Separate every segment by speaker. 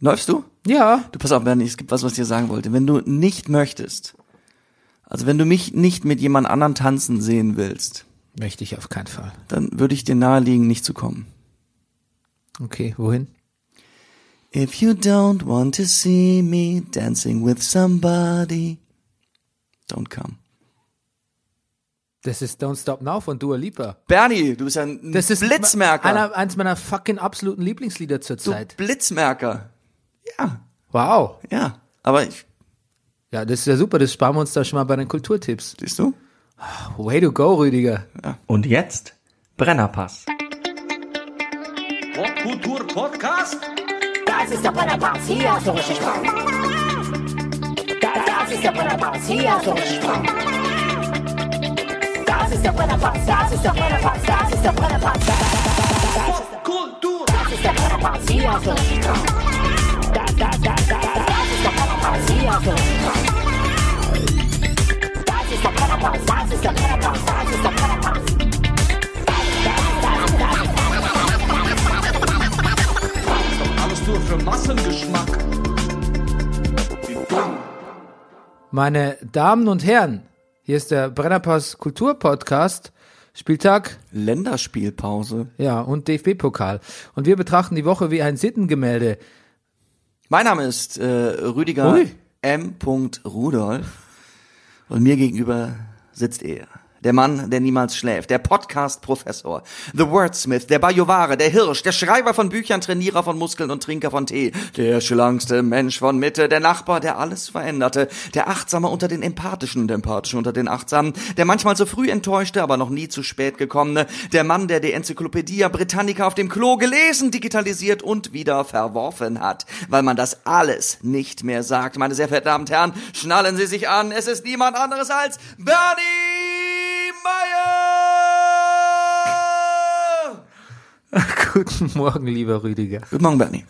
Speaker 1: Läufst du?
Speaker 2: Ja.
Speaker 1: Du pass auf, Bernie, es gibt was, was ich dir sagen wollte. Wenn du nicht möchtest, also wenn du mich nicht mit jemand anderen tanzen sehen willst,
Speaker 2: Möchte ich auf keinen Fall.
Speaker 1: dann würde ich dir nahelegen, nicht zu kommen.
Speaker 2: Okay, wohin?
Speaker 1: If you don't want to see me dancing with somebody, don't come.
Speaker 2: Das ist Don't Stop Now von Dua Lipa.
Speaker 1: Bernie, du bist ja ein
Speaker 2: Das ist
Speaker 1: Blitzmerker.
Speaker 2: Einer, eins meiner fucking absoluten Lieblingslieder
Speaker 1: du
Speaker 2: zurzeit.
Speaker 1: Blitzmerker. Ja,
Speaker 2: Wow.
Speaker 1: ja. Aber ich,
Speaker 2: Ja, das ist ja super. Das sparen wir uns da schon mal bei den Kulturtipps.
Speaker 1: siehst du?
Speaker 2: Way to go, Rüdiger.
Speaker 3: Und jetzt Brennerpass.
Speaker 4: Das ist der Brennerpass, hier hast du richtig Spaß. Das, das ist der Brennerpass, hier hast du richtig Spaß. Das ist der Brennerpass, das ist der Brennerpass, das ist der Brennerpass. Das, das, das, das, das ist der Brennerpass, hier hast du richtig Spaß. Das, das, das, das, das, das ist der Brennerpass, hier hast du richtig Spaß. Das ist der Brennerpass, das ist der Brennerpass, das ist der Brennerpass.
Speaker 5: Alles nur für Massengeschmack. Wie dumm.
Speaker 2: Meine Damen und Herren, hier ist der Brennerpass Kulturpodcast. Spieltag,
Speaker 1: Länderspielpause.
Speaker 2: ja, und DFB-Pokal. Und wir betrachten die Woche wie ein Sittengemälde.
Speaker 1: Mein Name ist äh, Rüdiger
Speaker 2: Ui.
Speaker 1: M. Rudolf. Und mir gegenüber sitzt er. Der Mann, der niemals schläft, der Podcast-Professor, The Wordsmith, der Bajovare, der Hirsch, der Schreiber von Büchern, Trainierer von Muskeln und Trinker von Tee, der schlankste Mensch von Mitte, der Nachbar, der alles veränderte, der Achtsame unter den Empathischen und der Empathische unter den Achtsamen, der manchmal zu früh enttäuschte, aber noch nie zu spät gekommene, der Mann, der die Enzyklopädie Britannica auf dem Klo gelesen, digitalisiert und wieder verworfen hat, weil man das alles nicht mehr sagt. Meine sehr verehrten Damen und Herren, schnallen Sie sich an, es ist niemand anderes als Bernie Meyer!
Speaker 2: Guten Morgen, lieber Rüdiger.
Speaker 1: Guten Morgen, Bernie.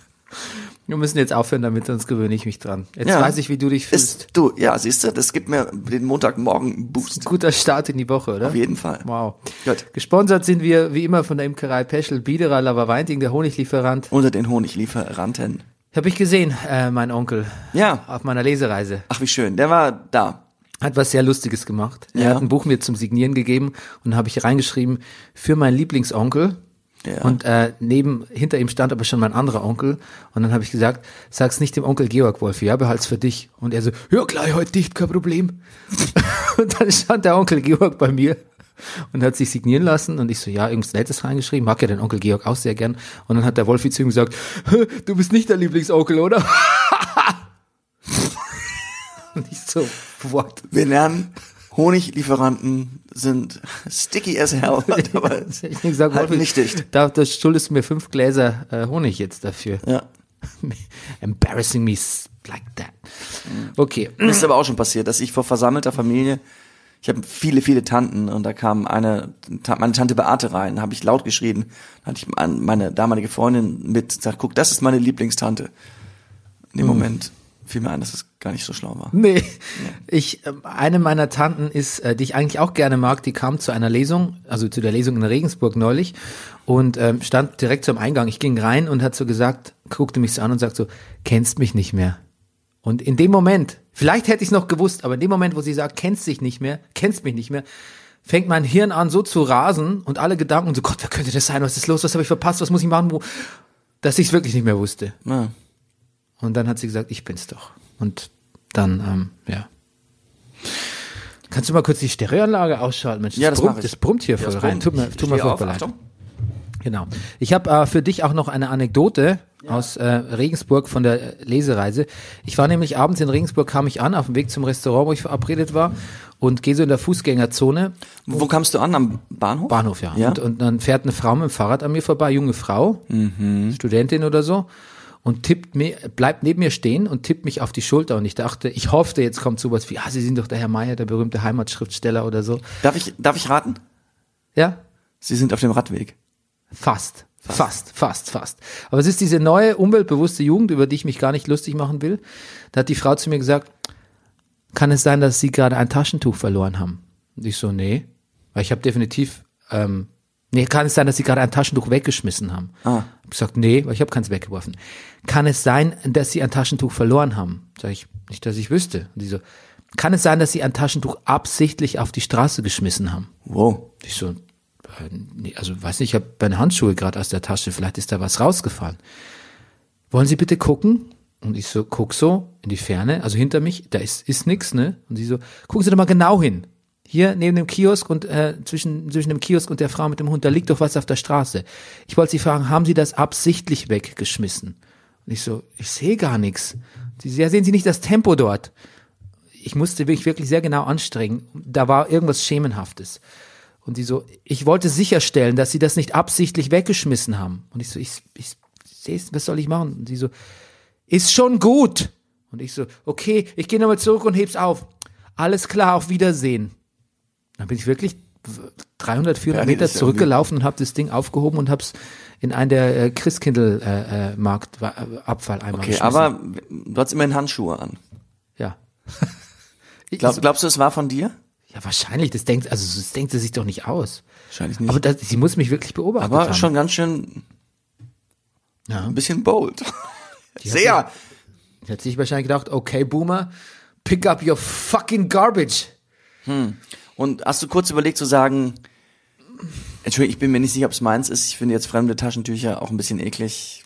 Speaker 2: Wir müssen jetzt aufhören damit, sonst gewöhne ich mich dran. Jetzt
Speaker 1: Ja.
Speaker 2: weiß ich, wie du dich fühlst.
Speaker 1: Ist, du, ja, siehst du, das gibt mir den Montagmorgen einen Boost.
Speaker 2: Guter Start in die Woche, oder?
Speaker 1: Auf jeden Fall.
Speaker 2: Wow.
Speaker 1: Gut.
Speaker 2: Gesponsert sind wir wie immer von der Imkerei Peschel, Biederer, Laberweinting, der Honiglieferant.
Speaker 1: Unter den Honiglieferanten.
Speaker 2: Habe ich gesehen, äh, mein Onkel.
Speaker 1: Ja.
Speaker 2: Auf meiner Lesereise.
Speaker 1: Ach, wie schön, der war da.
Speaker 2: Hat was sehr Lustiges gemacht. Er
Speaker 1: Ja.
Speaker 2: hat ein Buch mir zum Signieren gegeben und habe ich reingeschrieben, für meinen Lieblingsonkel.
Speaker 1: Ja.
Speaker 2: Und äh, neben, hinter ihm stand aber schon mein anderer Onkel. Und dann habe ich gesagt, sag's nicht dem Onkel Georg Wolfi, ja, behalt's für dich. Und er so, ja klar, heute dicht, kein Problem. und dann stand der Onkel Georg bei mir und hat sich signieren lassen. Und ich so, ja, irgendwas Nettes reingeschrieben. Mag ja den Onkel Georg auch sehr gern. Und dann hat der Wolfi zu ihm gesagt, du bist nicht der Lieblingsonkel, oder? und ich so, what?
Speaker 1: Wir lernen, Honiglieferanten sind sticky as hell, aber
Speaker 2: Ich sag,
Speaker 1: Halt
Speaker 2: Wolfi,
Speaker 1: nicht dicht.
Speaker 2: Da, da schuldest du mir fünf Gläser äh, Honig jetzt dafür.
Speaker 1: ja.
Speaker 2: Embarrassing me s- like that.
Speaker 1: Mhm.
Speaker 2: Okay.
Speaker 1: Mir ist aber auch schon passiert, dass ich vor versammelter Familie, ich habe viele, viele Tanten und da kam eine, Ta- meine Tante Beate rein, habe ich laut geschrien, dann hatte ich an- meine damalige Freundin mit gesagt, guck, das ist meine Lieblingstante.
Speaker 2: Hm.
Speaker 1: In dem Moment fiel mir ein, dass es gar nicht so schlau war.
Speaker 2: Nee. Ich, ähm, eine meiner Tanten ist, äh, die ich eigentlich auch gerne mag, die kam zu einer Lesung, also zu der Lesung in Regensburg neulich und ähm, stand direkt zum Eingang. Ich ging rein und hat so gesagt, guckte mich so an und sagt so, kennst mich nicht mehr. Und in dem Moment, vielleicht hätte ich es noch gewusst, aber in dem Moment, wo sie sagt, kennst dich nicht mehr, kennst mich nicht mehr, fängt mein Hirn an so zu rasen und alle Gedanken so, Gott, wer könnte das sein? Was ist los? Was habe ich verpasst? Was muss ich machen? Wo? Dass ich es wirklich nicht mehr wusste.
Speaker 1: Ja.
Speaker 2: Und dann hat sie gesagt, ich bin's doch. Und dann, ähm, ja. Kannst du mal kurz die Stereoanlage ausschalten, Mensch?
Speaker 1: Ja, das
Speaker 2: brummt,
Speaker 1: mach ich.
Speaker 2: das brummt hier voll rein. Tut mir,
Speaker 1: Ich
Speaker 2: tut mir
Speaker 1: stehe auf,
Speaker 2: furchtbar leid.
Speaker 1: Achtung.
Speaker 2: Genau. Ich habe äh, für dich auch noch eine Anekdote aus äh, Regensburg von der äh, Lesereise. Ich war nämlich abends in Regensburg, kam ich an, auf dem Weg zum Restaurant, wo ich verabredet war, und gehe so in der Fußgängerzone
Speaker 1: Wo kamst du an? Am Bahnhof?
Speaker 2: Bahnhof, ja.
Speaker 1: Ja?
Speaker 2: Und, und dann fährt eine Frau mit dem Fahrrad an mir vorbei, junge Frau, Studentin oder so, und tippt mir, bleibt neben mir stehen und tippt mich auf die Schulter. Und ich dachte, ich hoffte, jetzt kommt sowas wie, ah, Sie sind doch der Herr Meier, der berühmte Heimatschriftsteller oder so.
Speaker 1: Darf ich, darf ich raten?
Speaker 2: Ja,
Speaker 1: Sie sind auf dem Radweg.
Speaker 2: Fast. Fast, fast, fast. Aber es ist diese neue umweltbewusste Jugend, über die ich mich gar nicht lustig machen will. Da hat die Frau zu mir gesagt, kann es sein, dass Sie gerade ein Taschentuch verloren haben? Und ich so, nee, weil ich habe definitiv ähm, Nee, kann es sein, dass sie gerade ein Taschentuch weggeschmissen haben? Ah. Hab gesagt, nee, weil ich habe keins weggeworfen. Kann es sein, dass sie ein Taschentuch verloren haben? Sag ich, nicht, dass ich wüsste. Und die so, kann es sein, dass sie ein Taschentuch absichtlich auf die Straße geschmissen haben?
Speaker 1: Wow.
Speaker 2: Ich so, äh, nee, also weiß nicht, ich habe meine Handschuhe gerade aus der Tasche, vielleicht ist da was rausgefallen. Wollen Sie bitte gucken? Und ich so, guck so in die Ferne, also hinter mich, da ist, ist nix, ne? Und sie so, gucken Sie doch mal genau hin. Hier neben dem Kiosk und äh, zwischen, zwischen dem Kiosk und der Frau mit dem Hund, da liegt doch was auf der Straße. Ich wollte Sie fragen, haben Sie das absichtlich weggeschmissen? Und ich so, ich sehe gar nichts. Sie so, ja, sehen Sie nicht das Tempo dort? Ich musste mich wirklich sehr genau anstrengen. Da war irgendwas Schemenhaftes. Und sie so, ich wollte sicherstellen, dass Sie das nicht absichtlich weggeschmissen haben. Und ich so, ich, ich sehe es, was soll ich machen? Und sie so, ist schon gut. Und ich so, okay, ich gehe nochmal zurück und heb's auf. Alles klar, auf Wiedersehen. Dann bin ich wirklich 300, 400
Speaker 1: Ja, nee,
Speaker 2: Meter
Speaker 1: das ist ja
Speaker 2: zurückgelaufen und habe das Ding aufgehoben und hab's in einen der äh, Christkindl-Markt Abfalleimer
Speaker 1: Okay,
Speaker 2: geschmissen.
Speaker 1: aber du hast immerhin Handschuhe an.
Speaker 2: ja.
Speaker 1: Glaub, glaubst du, es war von dir?
Speaker 2: ja, wahrscheinlich. Das denkt, also das denkt sie sich doch nicht aus.
Speaker 1: Wahrscheinlich nicht.
Speaker 2: Aber das, sie muss mich wirklich beobachten.
Speaker 1: Aber
Speaker 2: haben.
Speaker 1: schon ganz schön
Speaker 2: Ja.
Speaker 1: ein bisschen bold.
Speaker 2: hat
Speaker 1: Sehr.
Speaker 2: Die Hat sich wahrscheinlich gedacht, okay, Boomer, pick up your fucking garbage.
Speaker 1: Und hast du kurz überlegt zu sagen, Entschuldigung, ich bin mir nicht sicher, ob es meins ist. Ich finde jetzt fremde Taschentücher auch ein bisschen eklig.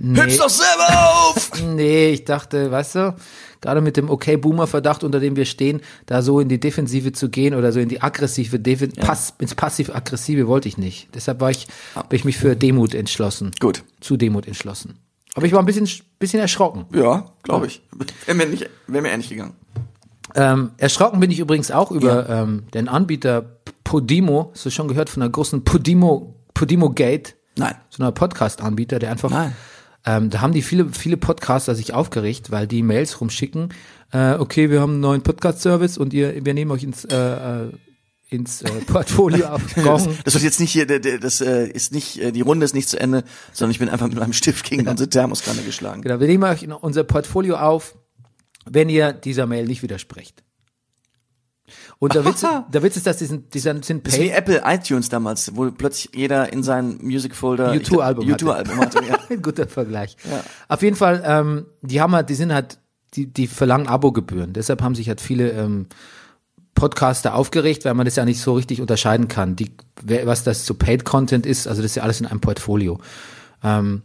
Speaker 1: Hübsch doch selber auf!
Speaker 2: Nee, ich dachte, weißt du, gerade mit dem okay Boomer Verdacht, unter dem wir stehen, da so in die Defensive zu gehen oder so in die aggressive Defen Pass ins passiv aggressive wollte ich nicht. Deshalb war ich habe ich mich für Demut entschlossen.
Speaker 1: Ah. Gut.
Speaker 2: Zu Demut entschlossen. Aber ich war ein bisschen bisschen erschrocken.
Speaker 1: Ja, glaube ich. Wäre mir, nicht, wär mir ähnlich gegangen.
Speaker 2: Ähm, erschrocken bin ich übrigens auch über ähm, den Anbieter P- Podimo. Hast du schon gehört von einer großen Podimo Podimo Gate?
Speaker 1: Nein.
Speaker 2: so einer Podcast-Anbieter, der einfach.
Speaker 1: Nein.
Speaker 2: Ähm, da haben die viele, viele Podcaster sich aufgeregt, weil die Mails rumschicken. Äh, okay, wir haben einen neuen Podcast-Service und ihr, wir nehmen euch ins, äh, äh, ins äh, Portfolio auf.
Speaker 1: Das, das wird jetzt nicht hier, der- der- das äh, ist nicht, äh, die Runde ist nicht zu Ende, sondern ich bin einfach mit meinem Stift gegen unsere Thermoskanne geschlagen.
Speaker 2: Genau, wir nehmen euch in unser Portfolio auf, wenn ihr dieser Mail nicht widersprecht. Und der Witz, der Witz ist, dass diesen, diesen sind
Speaker 1: Das ist wie
Speaker 2: Pay
Speaker 1: Apple iTunes damals, wo plötzlich jeder in seinem Music-Folder
Speaker 2: U2-Album hatte.
Speaker 1: U2-Album hatte. ja.
Speaker 2: Ein guter Vergleich. Auf jeden Fall, ähm, die haben halt, die sind halt, die, die verlangen Abogebühren. Deshalb haben sich halt viele ähm, Podcaster aufgeregt, weil man das ja nicht so richtig unterscheiden kann, die, wer, was das zu Paid Content ist. Also das ist ja alles in einem Portfolio. Ähm,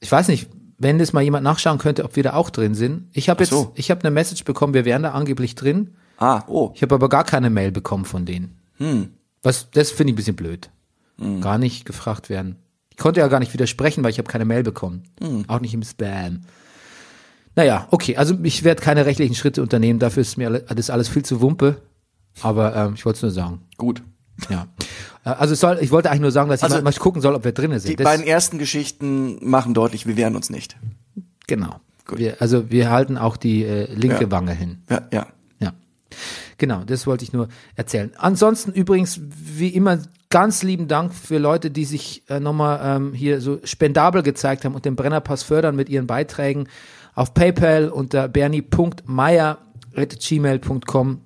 Speaker 2: ich weiß nicht, wenn das mal jemand nachschauen könnte, ob wir da auch drin sind. Ich habe jetzt,
Speaker 1: so.
Speaker 2: ich habe eine Message bekommen, wir wären da angeblich drin.
Speaker 1: Ah, oh.
Speaker 2: Ich habe aber gar keine Mail bekommen von denen.
Speaker 1: Hm.
Speaker 2: Was, das finde ich ein bisschen blöd. Gar nicht gefragt werden. Ich konnte ja gar nicht widersprechen, weil ich habe keine Mail bekommen.
Speaker 1: Hm.
Speaker 2: Auch nicht im Spam. Naja, okay, also ich werde keine rechtlichen Schritte unternehmen, dafür ist mir alle- das alles viel zu wumpe. Aber ähm, ich wollte es nur sagen.
Speaker 1: Gut.
Speaker 2: Ja. Äh, Also es soll, ich wollte eigentlich nur sagen, dass ich
Speaker 1: Also,
Speaker 2: mal, mal gucken soll, ob wir drinnen sind.
Speaker 1: Die
Speaker 2: Das-
Speaker 1: beiden ersten Geschichten machen deutlich, wir wehren uns nicht.
Speaker 2: genau.
Speaker 1: Gut.
Speaker 2: Wir, also wir halten auch die äh, linke
Speaker 1: Ja.
Speaker 2: Wange hin.
Speaker 1: Ja, ja.
Speaker 2: Ja. Genau, das wollte ich nur erzählen. Ansonsten übrigens, wie immer, ganz lieben Dank für Leute, die sich äh, nochmal ähm, hier so spendabel gezeigt haben und den Brennerpass fördern mit ihren Beiträgen auf PayPal unter bernie.meier.gmail.com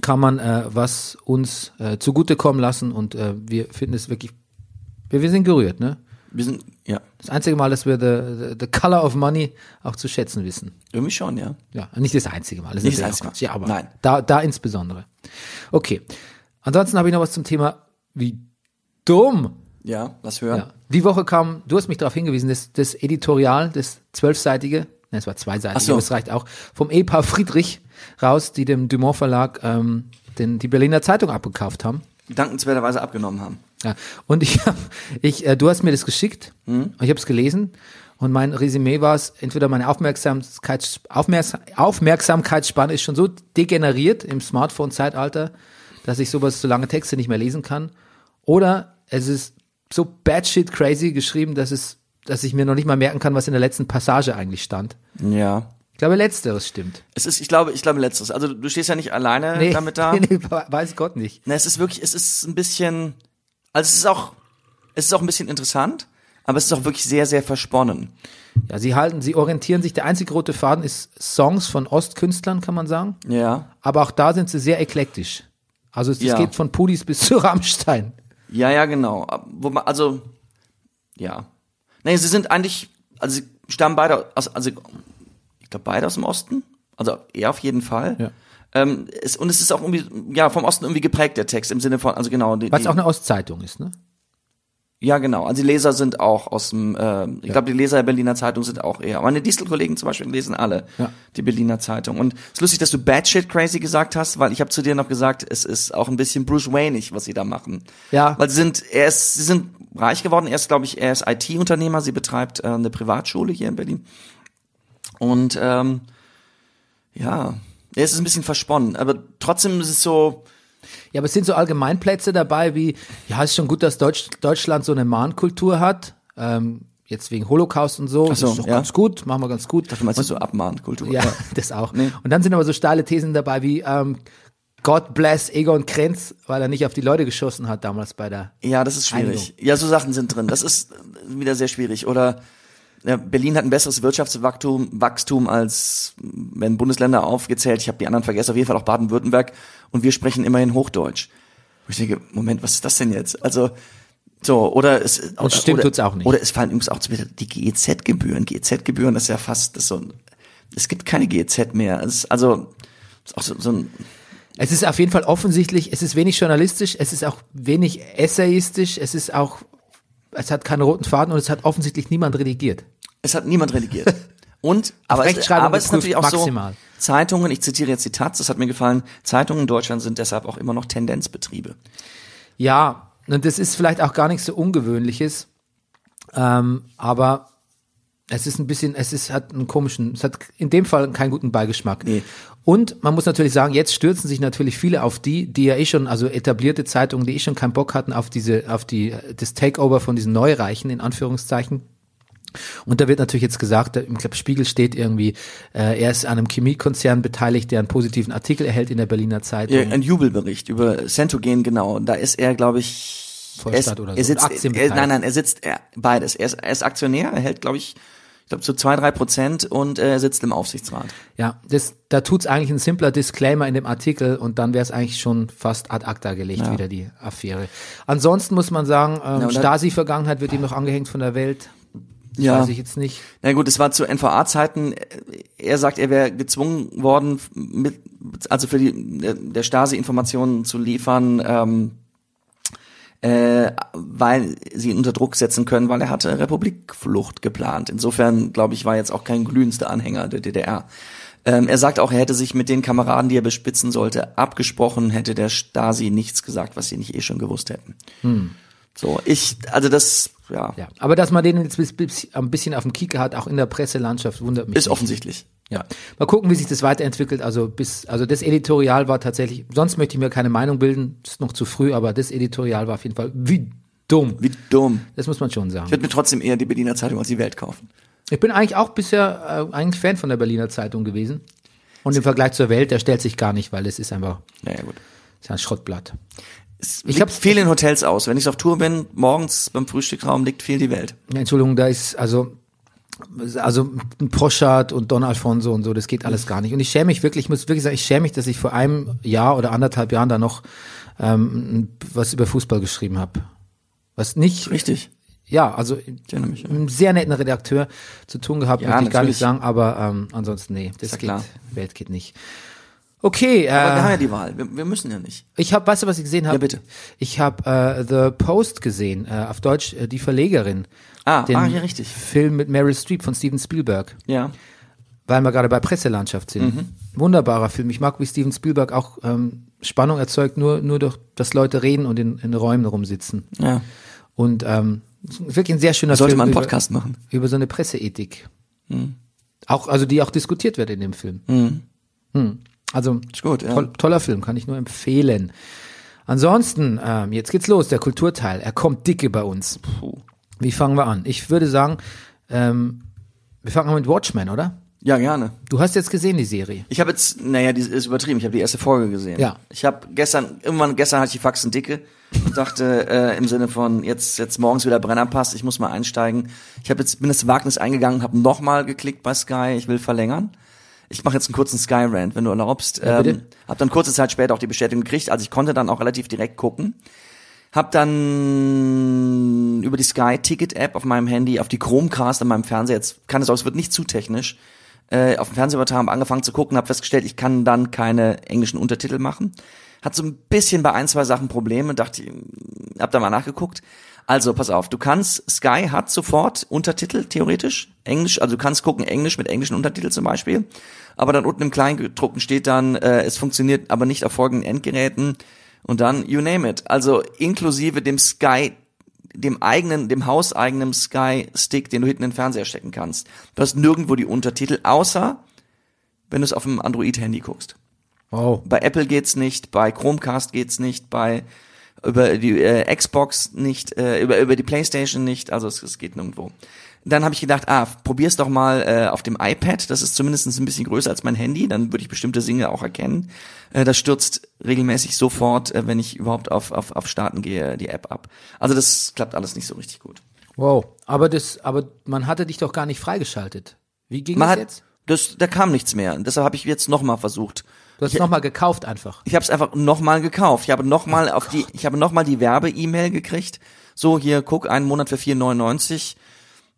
Speaker 2: kann man äh, was uns äh, zugutekommen lassen und äh, wir finden es wirklich, wir, wir sind gerührt, ne?
Speaker 1: Wir sind, ja.
Speaker 2: Das einzige Mal, dass wir the, the, the color of money auch zu schätzen wissen.
Speaker 1: Irgendwie schon, ja.
Speaker 2: Ja, nicht das einzige Mal. Das
Speaker 1: Nicht
Speaker 2: ist
Speaker 1: das
Speaker 2: natürlich
Speaker 1: einzige
Speaker 2: auch
Speaker 1: Mal.
Speaker 2: Quatsch. Ja, aber
Speaker 1: Nein.
Speaker 2: Da, da insbesondere. Okay. Ansonsten habe ich noch was zum Thema, wie dumm.
Speaker 1: Ja, lass
Speaker 2: Ja.
Speaker 1: hören.
Speaker 2: Die Woche kam, du hast mich darauf hingewiesen, das, das Editorial, das zwölfseitige, ne, es war
Speaker 1: Ach
Speaker 2: zweiseitig,
Speaker 1: so.
Speaker 2: aber es reicht auch, vom Ehepaar Friedrich raus, die dem Dumont Verlag ähm, den, die Berliner Zeitung abgekauft haben.
Speaker 1: Dankenswerterweise abgenommen haben.
Speaker 2: Ja, und ich, hab, ich äh, du hast mir das geschickt,
Speaker 1: Hm?
Speaker 2: und ich habe es gelesen und mein Resümee war es, entweder meine Aufmerksamkeit, Aufmerks- Aufmerksamkeitsspanne ist schon so degeneriert im Smartphone-Zeitalter, dass ich sowas so lange Texte nicht mehr lesen kann, oder es ist so batshit crazy geschrieben, dass es, dass ich mir noch nicht mal merken kann, was in der letzten Passage eigentlich stand.
Speaker 1: Ja.
Speaker 2: Ich glaube, letzteres stimmt.
Speaker 1: Es ist, ich glaube, ich glaube letztes. Also du stehst ja nicht alleine damit da.
Speaker 2: nee, weiß Gott nicht.
Speaker 1: Na, es ist wirklich, es ist ein bisschen, also es ist auch, es ist auch ein bisschen interessant, aber es ist auch wirklich sehr, sehr versponnen.
Speaker 2: Ja, sie halten, sie orientieren sich. Der einzige rote Faden ist Songs von Ostkünstlern, kann man sagen.
Speaker 1: Ja.
Speaker 2: Aber auch da sind sie sehr eklektisch. Also es es
Speaker 1: Ja.
Speaker 2: geht von Pudis bis zu Rammstein.
Speaker 1: Ja, ja, genau. Ab- Wo man, also, ja. Nee, sie sind eigentlich, also sie stammen beide aus, also ich glaube beide aus dem Osten. Also er auf jeden Fall.
Speaker 2: Ja.
Speaker 1: Ähm, es, und es ist auch irgendwie, ja, vom Osten irgendwie geprägt, der Text, im Sinne von, also genau. Die,
Speaker 2: Was
Speaker 1: die,
Speaker 2: auch eine Ostzeitung ist, ne?
Speaker 1: ja, genau. Also die Leser sind auch aus dem, ähm, ich glaube, die Leser der Berliner Zeitung sind auch eher. Meine Distelkollegen zum Beispiel lesen alle
Speaker 2: Ja.
Speaker 1: die Berliner Zeitung. Und es ist lustig, dass du Bad Shit Crazy gesagt hast, weil ich habe zu dir noch gesagt, es ist auch ein bisschen Bruce Wayneig, was sie da machen.
Speaker 2: Ja.
Speaker 1: Weil sie sind, er ist, sie sind reich geworden. Er ist, glaube ich, er ist IT-Unternehmer. Sie betreibt äh, eine Privatschule hier in Berlin. Und ähm, ja, er ist ein bisschen versponnen, aber trotzdem ist es so.
Speaker 2: Ja, aber es sind so Allgemeinplätze dabei wie, ja, ist schon gut, dass Deutsch, Deutschland so eine Mahnkultur hat, ähm, jetzt wegen Holocaust und so,
Speaker 1: so,
Speaker 2: ist doch
Speaker 1: ja.
Speaker 2: ganz gut, machen wir ganz gut.
Speaker 1: Du meinst so Abmahnkultur?
Speaker 2: Ja, das auch. Und dann sind aber so steile Thesen dabei wie, ähm, God bless Egon Krenz, weil er nicht auf die Leute geschossen hat damals bei der.
Speaker 1: Ja, das ist schwierig. Ja, so Sachen sind drin. Das ist äh, wieder sehr schwierig. Oder ja, Berlin hat ein besseres Wirtschaftswachstum Wachstum als wenn Bundesländer aufgezählt. Ich habe die anderen vergessen. Auf jeden Fall auch Baden-Württemberg. Und wir sprechen immerhin Hochdeutsch. Wo ich denke, Moment, was ist das denn jetzt? Also so oder es oder,
Speaker 2: stimmt
Speaker 1: oder,
Speaker 2: tut's auch nicht.
Speaker 1: Oder es fallen übrigens auch zu- die E GEZ-Gebühren. GEZ-Gebühren ist ja fast das ist so. Ein, es gibt keine GEZ mehr. Es ist also es ist auch so, so ein
Speaker 2: Es ist auf jeden Fall offensichtlich, es ist wenig journalistisch, es ist auch wenig essayistisch, es ist auch, es hat keinen roten Faden und es hat offensichtlich niemand redigiert.
Speaker 1: Es hat niemand redigiert. Und, aber, es,
Speaker 2: Rechtschreibung
Speaker 1: aber es ist natürlich auch
Speaker 2: geprüft,
Speaker 1: so,
Speaker 2: maximal.
Speaker 1: Zeitungen, ich zitiere jetzt die Taz, das hat mir gefallen, Zeitungen in Deutschland sind deshalb auch immer noch Tendenzbetriebe.
Speaker 2: Ja, und das ist vielleicht auch gar nichts so Ungewöhnliches, ähm, aber es ist ein bisschen, es ist, hat einen komischen, es hat in dem Fall keinen guten Beigeschmack.
Speaker 1: Nee.
Speaker 2: Und man muss natürlich sagen, jetzt stürzen sich natürlich viele auf die, die ja eh schon, also etablierte Zeitungen, die eh schon keinen Bock hatten auf diese, auf die, das Takeover von diesen Neureichen, in Anführungszeichen. Und da wird natürlich jetzt gesagt, da- im Club Spiegel steht irgendwie, äh, er ist an einem Chemiekonzern beteiligt, der einen positiven Artikel erhält in der Berliner Zeitung.
Speaker 1: Ja, Äh, ein Jubelbericht über Centogen, genau. Da ist er, glaube ich,
Speaker 2: Vollstadt
Speaker 1: er, ist-
Speaker 2: oder so.
Speaker 1: Er sitzt,
Speaker 2: Aktien
Speaker 1: er,
Speaker 2: beteiligt.
Speaker 1: nein, nein, er sitzt er, beides. Er ist, er ist Aktionär, er hält, glaube ich, ich glaube so zwei, drei Prozent und äh, er sitzt im Aufsichtsrat.
Speaker 2: Ja, das, da tut's eigentlich ein simpler Disclaimer in dem Artikel und dann wär's eigentlich schon fast ad acta gelegt, wieder die Affäre. Ansonsten muss man sagen, ähm,
Speaker 1: und da-
Speaker 2: Stasi-Vergangenheit wird ihm noch angehängt von der Welt. Das
Speaker 1: Ja.
Speaker 2: weiß ich jetzt nicht.
Speaker 1: Na gut, es war zu NVA-Zeiten. Er sagt, er wäre gezwungen worden, mit, also für die der Stasi Informationen zu liefern, ähm, äh, weil sie ihn unter Druck setzen können, weil er hatte Republikflucht geplant. Insofern, glaube ich, war jetzt auch kein glühendster Anhänger der DDR. Ähm, er sagt auch, er hätte sich mit den Kameraden, die er bespitzen sollte, abgesprochen, hätte der Stasi nichts gesagt, was sie nicht eh schon gewusst hätten. So, ich, also das, ja,
Speaker 2: Ja. Aber dass man den jetzt bis, bis, ein bisschen auf dem Kieker hat, auch in der Presselandschaft, wundert mich.
Speaker 1: ist
Speaker 2: nicht.
Speaker 1: offensichtlich.
Speaker 2: Ja. Mal gucken, wie sich das weiterentwickelt. Also bis, also das Editorial war tatsächlich, sonst möchte ich mir keine Meinung bilden, ist noch zu früh, aber das Editorial war auf jeden Fall wie dumm.
Speaker 1: Wie dumm.
Speaker 2: Das muss man schon sagen.
Speaker 1: Ich würde mir trotzdem eher die Berliner Zeitung als die Welt kaufen.
Speaker 2: Ich bin eigentlich auch bisher äh, eigentlich Fan von der Berliner Zeitung gewesen. Und im Vergleich zur Welt, der stellt sich gar nicht, weil es ist einfach
Speaker 1: Naja, gut.
Speaker 2: ist ein Schrottblatt.
Speaker 1: Es
Speaker 2: Ich
Speaker 1: liegt
Speaker 2: hab's-
Speaker 1: viel in Hotels aus. Wenn ich auf Tour bin, morgens beim Frühstückraum liegt viel die Welt.
Speaker 2: Ja, Entschuldigung, da ist also also Poschardt und Don Alfonso und so, das geht alles gar nicht. Und ich schäme mich wirklich, ich muss wirklich sagen, ich schäme mich, dass ich vor einem Jahr oder anderthalb Jahren da noch ähm, was über Fußball geschrieben habe. Was nicht,
Speaker 1: Richtig.
Speaker 2: ja, also
Speaker 1: erinnere mich, ja.
Speaker 2: einen sehr netten Redakteur zu tun gehabt,
Speaker 1: Ja,
Speaker 2: möchte ich gar nicht
Speaker 1: natürlich.
Speaker 2: sagen, aber ähm, ansonsten, nee, das
Speaker 1: ja
Speaker 2: geht,
Speaker 1: klar.
Speaker 2: Welt geht nicht. Okay, äh,
Speaker 1: Aber wir haben ja die Wahl. Wir, wir müssen ja nicht.
Speaker 2: Ich habe, weißt du, was ich gesehen habe?
Speaker 1: Ja, bitte.
Speaker 2: Ich habe äh, The Post gesehen, äh, auf Deutsch äh, die Verlegerin.
Speaker 1: Ah,
Speaker 2: den
Speaker 1: ah, ja, richtig.
Speaker 2: Film mit Meryl Streep von Steven Spielberg,
Speaker 1: Ja.
Speaker 2: weil wir gerade bei Presselandschaft sind.
Speaker 1: Mhm.
Speaker 2: Wunderbarer Film. Ich mag, wie Steven Spielberg auch ähm, Spannung erzeugt, nur nur durch, dass Leute reden und in, in Räumen rumsitzen.
Speaker 1: Ja.
Speaker 2: Und ähm, ist wirklich ein sehr schöner
Speaker 1: Sollte
Speaker 2: Film.
Speaker 1: man einen
Speaker 2: über-
Speaker 1: Podcast machen. Hm.
Speaker 2: über so eine Presseethik. Auch, also die auch diskutiert wird in dem Film. Hm. Also
Speaker 1: Ist gut, ja.
Speaker 2: toll, toller Film, kann ich nur empfehlen. Ansonsten, ähm, jetzt geht's los, der Kulturteil. Er kommt dicke bei uns. Wie fangen wir an? Ich würde sagen, ähm, wir fangen an mit Watchmen, oder?
Speaker 1: Ja, gerne.
Speaker 2: Du hast jetzt gesehen die Serie.
Speaker 1: Ich habe jetzt, naja, die ist übertrieben. Ich habe die erste Folge gesehen.
Speaker 2: Ja.
Speaker 1: Ich habe gestern, irgendwann gestern hatte ich die Faxen dicke und dachte äh, im Sinne von jetzt jetzt morgens wieder Brennerpass. Ich muss mal einsteigen. Ich habe jetzt bin das Wagnis eingegangen, habe nochmal geklickt bei Sky. Ich will verlängern. Ich mache jetzt einen kurzen Sky Rant, wenn du erlaubst.
Speaker 2: bitte.
Speaker 1: ähm, habe dann kurze Zeit später auch die Bestätigung gekriegt. Also ich konnte dann auch relativ direkt gucken. Hab dann über die Sky Ticket App auf meinem Handy, auf die Chromecast an meinem Fernseher, jetzt keine Sorge, es wird nicht zu technisch, äh, auf dem Fernseher übertragen, hab angefangen zu gucken, habe festgestellt, ich kann dann keine englischen Untertitel machen. Hat so ein bisschen bei ein, zwei Sachen Probleme, dachte, ich, hm, hab da mal nachgeguckt. Also, pass auf, du kannst, Sky hat sofort Untertitel, theoretisch, Englisch, also du kannst gucken, Englisch mit englischen Untertitel zum Beispiel, aber dann unten im Kleingedruckten steht dann, äh, es funktioniert aber nicht auf folgenden Endgeräten und dann, you name it, also inklusive dem Sky, dem eigenen, dem hauseigenen Sky-Stick, den du hinten in den Fernseher stecken kannst. Du hast nirgendwo die Untertitel, außer wenn du es auf dem Android-Handy guckst.
Speaker 2: Wow.
Speaker 1: Bei Apple geht's nicht, bei Chromecast geht's nicht, bei über die äh, Xbox nicht, äh, über über die PlayStation nicht, also es, es geht nirgendwo. Dann habe ich gedacht, ah, probier's doch mal äh, auf dem iPad, das ist zumindest ein bisschen größer als mein Handy, dann würde ich bestimmte Dinge auch erkennen. Äh, das stürzt regelmäßig sofort, äh, wenn ich überhaupt auf, auf, auf Starten gehe, die App ab. Also das klappt alles nicht so richtig gut.
Speaker 2: Wow. Aber das, aber man hatte dich doch gar nicht freigeschaltet. Wie ging
Speaker 1: Man
Speaker 2: das
Speaker 1: hat,
Speaker 2: jetzt?
Speaker 1: das, da kam nichts mehr. Und deshalb habe ich jetzt nochmal versucht.
Speaker 2: Du hast es nochmal gekauft einfach.
Speaker 1: Ich habe es einfach nochmal gekauft. Ich habe
Speaker 2: Oh
Speaker 1: nochmal auf die, ich habe nochmal die Werbe-E-Mail gekriegt. So hier, guck, einen Monat für 4,99.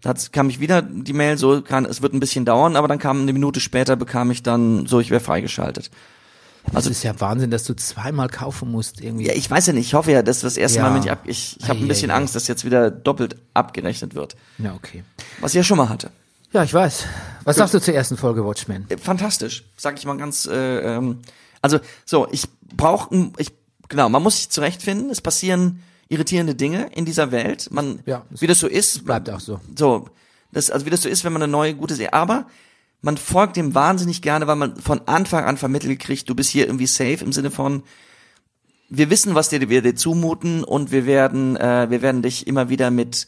Speaker 1: Da hat's- kam ich wieder die Mail, so kann, es wird ein bisschen dauern, aber dann kam eine Minute später bekam ich dann, so ich wäre freigeschaltet.
Speaker 2: Also das ist ja Wahnsinn, dass du zweimal kaufen musst irgendwie.
Speaker 1: Ja, ich weiß ja nicht, ich hoffe ja, dass das erste
Speaker 2: Ja.
Speaker 1: Mal bin ich ab, ich, ich habe ein
Speaker 2: Ei,
Speaker 1: bisschen
Speaker 2: ei, ei.
Speaker 1: Angst, dass jetzt wieder doppelt abgerechnet wird.
Speaker 2: ja okay.
Speaker 1: Was ich ja schon mal hatte.
Speaker 2: Ja, ich weiß. Was sagst du zur ersten Folge Watchmen?
Speaker 1: Äh, fantastisch, sag ich mal ganz. Äh, ähm, also so, ich brauche, ich genau, man muss sich zurechtfinden. Es passieren irritierende Dinge in dieser Welt. Man,
Speaker 2: Ja, es
Speaker 1: wie das so ist,
Speaker 2: bleibt auch so.
Speaker 1: So, das, also wie das so ist, wenn man eine neue gute Serie. Aber man folgt dem wahnsinnig gerne, weil man von Anfang an vermittelt kriegt, du bist hier irgendwie safe im Sinne von wir wissen, was dir wir dir zumuten und wir werden äh, wir werden dich immer wieder mit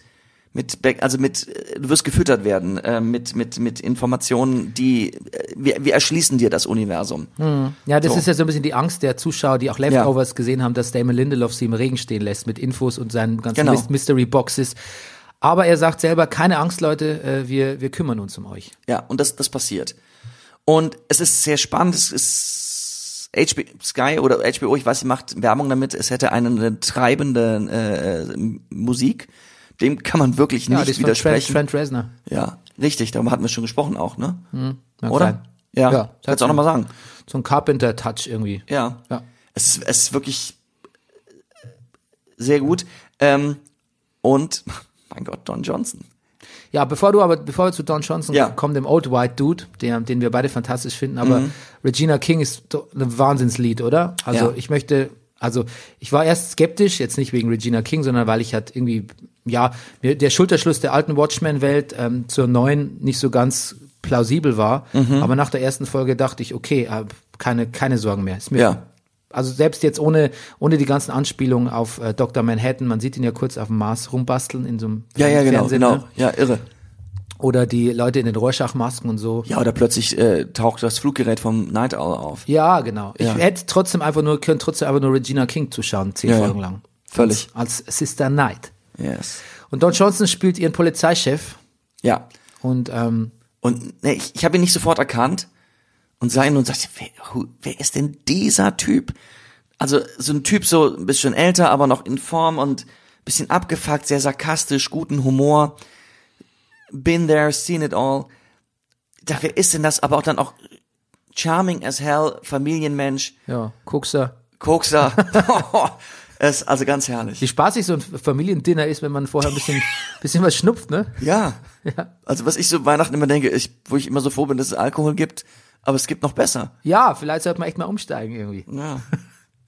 Speaker 1: mit Back- also mit äh, du wirst gefüttert werden äh, mit mit mit Informationen, die äh, wir, wir erschließen dir das Universum.
Speaker 2: Ja, das
Speaker 1: Hm. So.
Speaker 2: ist ja so ein bisschen die Angst der Zuschauer, die auch Leftovers gesehen haben, dass Damon Lindelof sie im Regen stehen lässt mit Infos und seinen ganzen
Speaker 1: Genau.
Speaker 2: Mys- Mystery Boxes. Aber er sagt selber, keine Angst, Leute, äh, wir, wir kümmern uns um euch.
Speaker 1: Ja, und das, das passiert. Und es ist sehr spannend, es ist HBO, Sky oder HBO, ich weiß, sie macht Werbung damit, es hätte eine, eine treibende äh, äh, Musik. Dem kann man wirklich
Speaker 2: Ja,
Speaker 1: nicht
Speaker 2: das ist von Trent,
Speaker 1: widersprechen.
Speaker 2: Trent Reznor.
Speaker 1: Ja, richtig, darüber hatten wir schon gesprochen auch, ne?
Speaker 2: mag
Speaker 1: oder?
Speaker 2: sein.
Speaker 1: Ja,
Speaker 2: Ja,
Speaker 1: kannst du auch nochmal sagen.
Speaker 2: So ein Carpenter-Touch irgendwie.
Speaker 1: Ja.
Speaker 2: Ja.
Speaker 1: Es, ist- es ist wirklich äh, sehr gut. Ähm, und, mein Gott, Don Johnson.
Speaker 2: Ja, bevor du aber, bevor wir zu Don Johnson
Speaker 1: Ja.
Speaker 2: kommen, dem Old White Dude, der, den wir beide fantastisch finden, aber
Speaker 1: Mhm.
Speaker 2: Regina King ist doch ein Wahnsinnslied, oder? Also
Speaker 1: Ja.
Speaker 2: ich möchte, also ich war erst skeptisch, jetzt nicht wegen Regina King, sondern weil ich halt irgendwie, ja, mir der Schulterschluss der alten Watchmen-Welt ähm, zur neuen nicht so ganz plausibel war,
Speaker 1: Mhm.
Speaker 2: aber nach der ersten Folge dachte ich, okay, äh, keine, keine Sorgen mehr. Ist mir
Speaker 1: Ja.
Speaker 2: also selbst jetzt ohne, ohne die ganzen Anspielungen auf äh, Dr. Manhattan, man sieht ihn ja kurz auf dem Mars rumbasteln in so einem
Speaker 1: Ja, ja, genau,
Speaker 2: Fernsehen,
Speaker 1: genau.
Speaker 2: ne?
Speaker 1: Ja, irre.
Speaker 2: Oder die Leute in den Rorschach-Masken und so.
Speaker 1: Ja, oder plötzlich äh, taucht das Fluggerät vom Night Owl auf.
Speaker 2: Ja, genau. Ich
Speaker 1: Ja.
Speaker 2: hätte trotzdem einfach nur, können trotzdem einfach nur Regina King zuschauen, zehn
Speaker 1: Ja, ja.
Speaker 2: Folgen lang.
Speaker 1: Völlig.
Speaker 2: Als, als Sister Knight.
Speaker 1: Yes.
Speaker 2: Und Don Johnson spielt ihren Polizeichef
Speaker 1: Ja.
Speaker 2: und, ähm,
Speaker 1: Und ne, ich, ich habe ihn nicht sofort erkannt und sah ihn und sagte, wer, who, wer ist denn dieser Typ? Also so ein Typ so ein bisschen älter, aber noch in Form und bisschen abgefuckt, sehr sarkastisch, guten Humor. Been there, seen it all. Da, wer ist denn das? Aber auch dann auch charming as hell, Familienmensch,
Speaker 2: ja, Kokser.
Speaker 1: Kokser. es, also ganz herrlich.
Speaker 2: Wie spaßig so ein Familiendinner ist, wenn man vorher ein bisschen, bisschen was schnupft, ne?
Speaker 1: Ja. Also was ich so Weihnachten immer denke, ich, wo ich immer so froh bin, dass es Alkohol gibt, aber es gibt noch besser.
Speaker 2: Ja, vielleicht sollte man echt mal umsteigen irgendwie.
Speaker 1: Ja.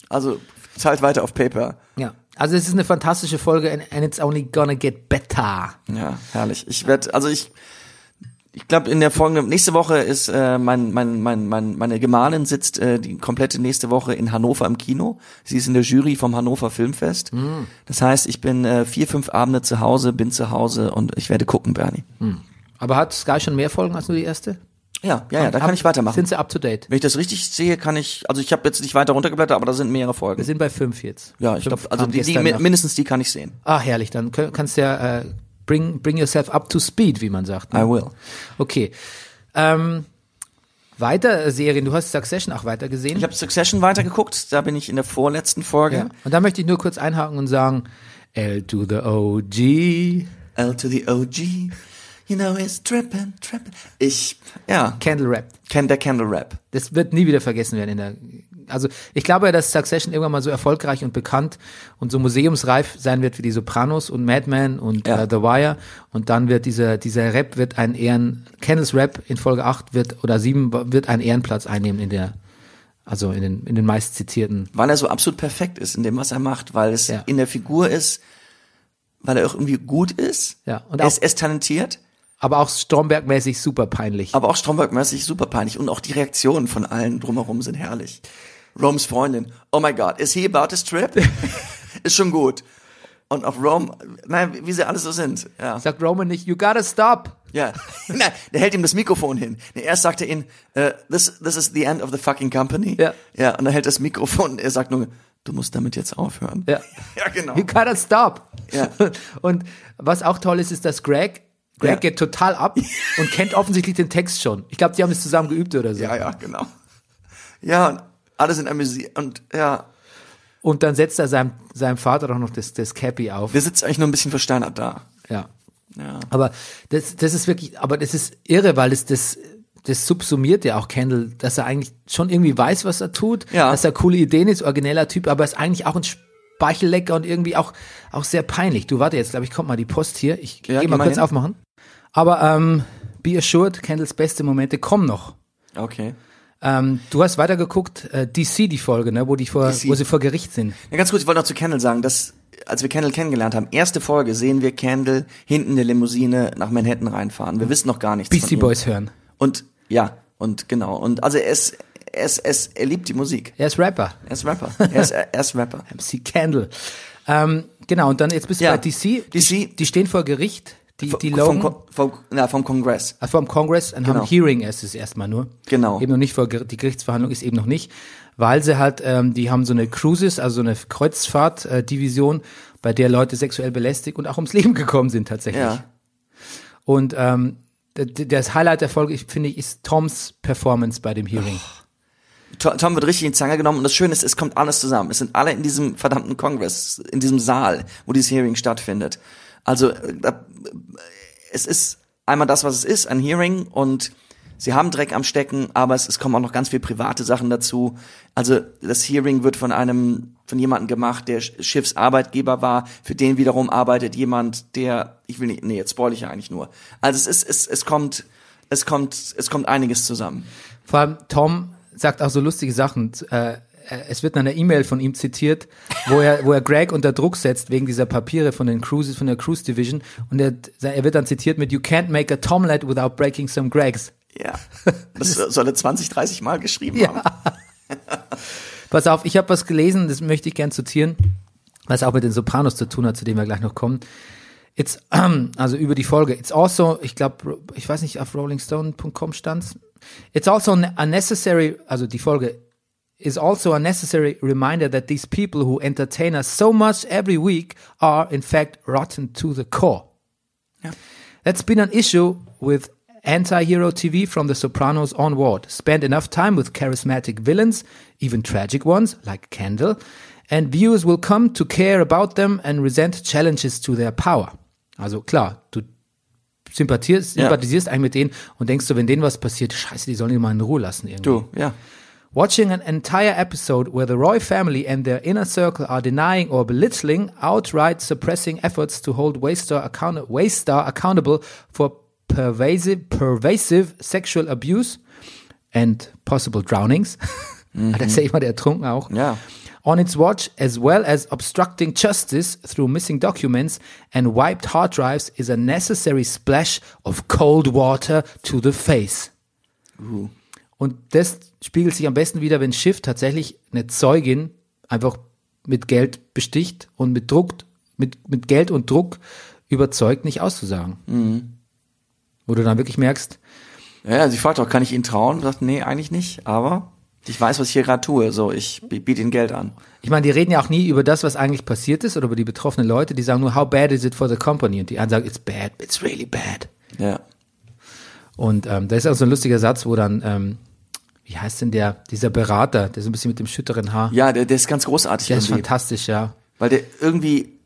Speaker 1: Also zahlt weiter auf Paper.
Speaker 2: Ja. Also es ist eine fantastische Folge and, and it's only gonna get better.
Speaker 1: Ja, herrlich. Ich werde, also ich, ich glaube in der folgenden nächste Woche ist äh, mein, mein, mein, mein, meine Gemahlin sitzt äh, die komplette nächste Woche in Hannover im Kino. Sie ist in der Jury vom Hannover Filmfest. Das heißt, ich bin äh, vier fünf Abende zu Hause, bin zu Hause und ich werde gucken, Bernie.
Speaker 2: Aber hat Sky schon mehr Folgen als nur die erste?
Speaker 1: Ja, ja, ja. Da kann ich weitermachen.
Speaker 2: Sind sie up to date?
Speaker 1: Wenn ich das richtig sehe, kann ich, also ich habe jetzt nicht weiter runtergeblättert, aber da sind mehrere
Speaker 2: Wir
Speaker 1: Folgen.
Speaker 2: sind bei fünf jetzt.
Speaker 1: Ja, ich
Speaker 2: Fünf
Speaker 1: glaube, also
Speaker 2: kam
Speaker 1: die, die,
Speaker 2: gestern
Speaker 1: mi-
Speaker 2: Nacht.
Speaker 1: mindestens die kann ich sehen.
Speaker 2: Ah, herrlich. Dann kö- kannst du ja äh, bring, bring yourself up to speed, wie man sagt.
Speaker 1: I will.
Speaker 2: Okay. ne? Ähm, Weiter äh, Serien, du hast Succession auch weitergesehen.
Speaker 1: Ich habe Succession weitergeguckt, da bin ich in der vorletzten Folge.
Speaker 2: ja. Und da möchte ich nur kurz einhaken und sagen, L to the OG,
Speaker 1: L to the OG, you know it's trippin', trippin'. Ich, ja,
Speaker 2: Candle Rap.
Speaker 1: kennt der Candle Rap.
Speaker 2: Das wird nie wieder vergessen werden in der. Also ich glaube ja, dass Succession irgendwann mal so erfolgreich und bekannt und so museumsreif sein wird wie die Sopranos und Mad Men und
Speaker 1: Ja.
Speaker 2: äh, The Wire. Und dann wird dieser, dieser Rap wird ein Ehren, Kennels Rap in Folge 8 wird oder 7 wird einen Ehrenplatz einnehmen in der, also in den, in den meistzitierten.
Speaker 1: Weil er so absolut perfekt ist in dem, was er macht, weil es
Speaker 2: Ja.
Speaker 1: in der Figur ist, weil er auch irgendwie gut ist.
Speaker 2: Ja, und
Speaker 1: Und er,
Speaker 2: auch-
Speaker 1: ist, er ist talentiert,
Speaker 2: Aber auch Stromberg-mäßig super peinlich.
Speaker 1: aber auch Stromberg-mäßig super peinlich. Und auch die Reaktionen von allen drumherum sind herrlich. Roms Freundin, oh my God, is he about to strip? ist schon gut. Und auf Rome, nein, wie sie alles so sind. Ja.
Speaker 2: Sagt Roman nicht, you gotta stop.
Speaker 1: Ja. Nein, der hält ihm das Mikrofon hin. Nee, Erst sagt er ihm, äh, this, this is the end of the fucking company.
Speaker 2: Ja.
Speaker 1: Ja, und dann hält das Mikrofon, er sagt nur, du musst damit jetzt aufhören.
Speaker 2: Ja.
Speaker 1: Ja, genau.
Speaker 2: You gotta stop.
Speaker 1: Ja.
Speaker 2: Und was auch toll ist, ist, dass Greg, Greg
Speaker 1: Ja.
Speaker 2: geht total ab und kennt offensichtlich den Text schon. Ich glaube, die haben es zusammen geübt oder so.
Speaker 1: Ja, ja, genau. Ja, und alle sind amüsiert und ja,
Speaker 2: Und dann setzt er seinem, seinem Vater doch noch das, das Cappy auf.
Speaker 1: wir sitzen eigentlich nur ein bisschen versteinert da.
Speaker 2: Ja.
Speaker 1: Ja.
Speaker 2: Aber das, das ist wirklich, aber das ist irre, weil das, das, das subsumiert ja auch Kendall, dass er eigentlich schon irgendwie weiß, was er tut,
Speaker 1: Ja.
Speaker 2: dass er coole Ideen ist, origineller Typ, aber ist eigentlich auch ein Speichellecker und irgendwie auch, auch sehr peinlich. Du warte jetzt, glaube ich, kommt mal die Post hier. Ich
Speaker 1: Ja,
Speaker 2: gehe
Speaker 1: geh
Speaker 2: mal
Speaker 1: mal
Speaker 2: kurz
Speaker 1: hin.
Speaker 2: aufmachen. Aber ähm, be assured, Kendalls beste Momente kommen noch.
Speaker 1: Okay.
Speaker 2: Ähm, du hast weitergeguckt, äh, DC die Folge, ne, wo die vor,
Speaker 1: DC.
Speaker 2: wo sie vor Gericht sind.
Speaker 1: Ja, ganz kurz, ich wollte noch zu Kendall sagen, dass als wir Kendall kennengelernt haben, erste Folge sehen wir Kendall hinten in der Limousine nach Manhattan reinfahren. Wir wissen noch gar nichts.
Speaker 2: Mhm. Beastie
Speaker 1: von ihm.
Speaker 2: Boys hören.
Speaker 1: Und ja, und genau. Und also er ist, er ist, er ist, er liebt die Musik.
Speaker 2: Er ist Rapper.
Speaker 1: Er ist Rapper. Er ist, er ist Rapper.
Speaker 2: MC Candle. Ähm, genau, und dann jetzt bist du
Speaker 1: Ja.
Speaker 2: bei DC. Die,
Speaker 1: DC.
Speaker 2: die stehen vor Gericht, die, die
Speaker 1: vom,
Speaker 2: Logan, vom,
Speaker 1: Ko- vom, na, vom Kongress.
Speaker 2: äh, vom Kongress und haben
Speaker 1: Genau.
Speaker 2: ein Hearing erst ist erstmal nur.
Speaker 1: Genau.
Speaker 2: Eben noch nicht vor Ger- die Gerichtsverhandlung ist eben noch nicht, weil sie halt, ähm, die haben so eine Cruises, also so eine Kreuzfahrt-Division, bei der Leute sexuell belästigt und auch ums Leben gekommen sind tatsächlich.
Speaker 1: Ja.
Speaker 2: Und ähm, d- d- das Highlight der Folge, ich- finde ich, ist Toms Performance bei dem Hearing.
Speaker 1: To- Tom wird richtig in die Zange genommen und das Schöne ist, es kommt alles zusammen. Es sind alle in diesem verdammten Kongress, in diesem Saal, wo dieses Hearing stattfindet. Also äh, da- es ist einmal das, was es ist, ein Hearing und sie haben Dreck am Stecken, aber es, es kommen auch noch ganz viel private Sachen dazu. Also das Hearing wird von einem, von jemandem gemacht, der Sch- Schiffsarbeitgeber war, für den wiederum arbeitet jemand, der, ich will nicht, nee, jetzt spoil ich ja eigentlich nur. Also es ist, es, es kommt, es kommt, es kommt einiges zusammen.
Speaker 2: Vor allem Tom sagt auch so lustige Sachen. Äh, es wird in einer E-Mail von ihm zitiert, wo er, wo er Greg unter Druck setzt wegen dieser Papiere von den Cruises, von der Cruise Division. Und er, er wird dann zitiert mit You can't make a Tomlet without breaking some Gregs.
Speaker 1: Ja. Das soll er 20, 30 Mal geschrieben haben.
Speaker 2: Pass auf, ich habe was gelesen, das möchte ich gern zitieren, was auch mit den Sopranos zu tun hat, zu dem wir gleich noch kommen. It's, also über die Folge. It's also, ich glaube, ich weiß nicht, auf rollingstone.com stand's. It's also an unnecessary, also die Folge is also a necessary reminder that these people who entertain us so much every week are in fact rotten to the core. That's been an issue with anti hero TV from The Sopranos onward. Spend enough time with charismatic villains, even tragic ones like Kendall, and viewers will come to care about them and resent challenges to their power. Also klar, du sympathierst,
Speaker 1: Ja.
Speaker 2: sympathisierst eigentlich mit denen und denkst du, wenn denen was passiert, scheiße, die sollen die mal in Ruhe lassen irgendwie.
Speaker 1: Du, ja.
Speaker 2: Watching an entire episode where the Roy family and their inner circle are denying or belittling, outright suppressing efforts to hold Waystar, account- Waystar accountable for pervasive, pervasive sexual abuse and possible drownings. Hat er safe mal ertrunken auch.
Speaker 1: Ja.
Speaker 2: On its watch, as well as obstructing justice through missing documents and wiped hard drives, is a necessary splash of cold water to the face. Und das spiegelt sich am besten wieder, wenn Schiff tatsächlich eine Zeugin einfach mit Geld besticht und mit Druck, mit, mit Geld und Druck überzeugt, nicht auszusagen. Wo du dann wirklich merkst,
Speaker 1: Ja, sie fragt auch, kann ich Ihnen trauen? Und sagt, nee, eigentlich nicht, aber ich weiß, was ich hier gerade tue. So, ich b- biete Ihnen Geld an.
Speaker 2: ich meine, die reden ja auch nie über das, was eigentlich passiert ist oder über die betroffenen Leute, die sagen nur, how bad is it for the company? Und die anderen sagen, it's bad, it's really bad.
Speaker 1: Ja.
Speaker 2: Und ähm, da ist auch so ein lustiger Satz, wo dann ähm, wie heißt denn der, dieser Berater, der so ein bisschen mit dem schütteren Haar.
Speaker 1: Ja, der, der ist ganz großartig.
Speaker 2: der ist
Speaker 1: irgendwie.
Speaker 2: fantastisch, ja.
Speaker 1: Weil der irgendwie,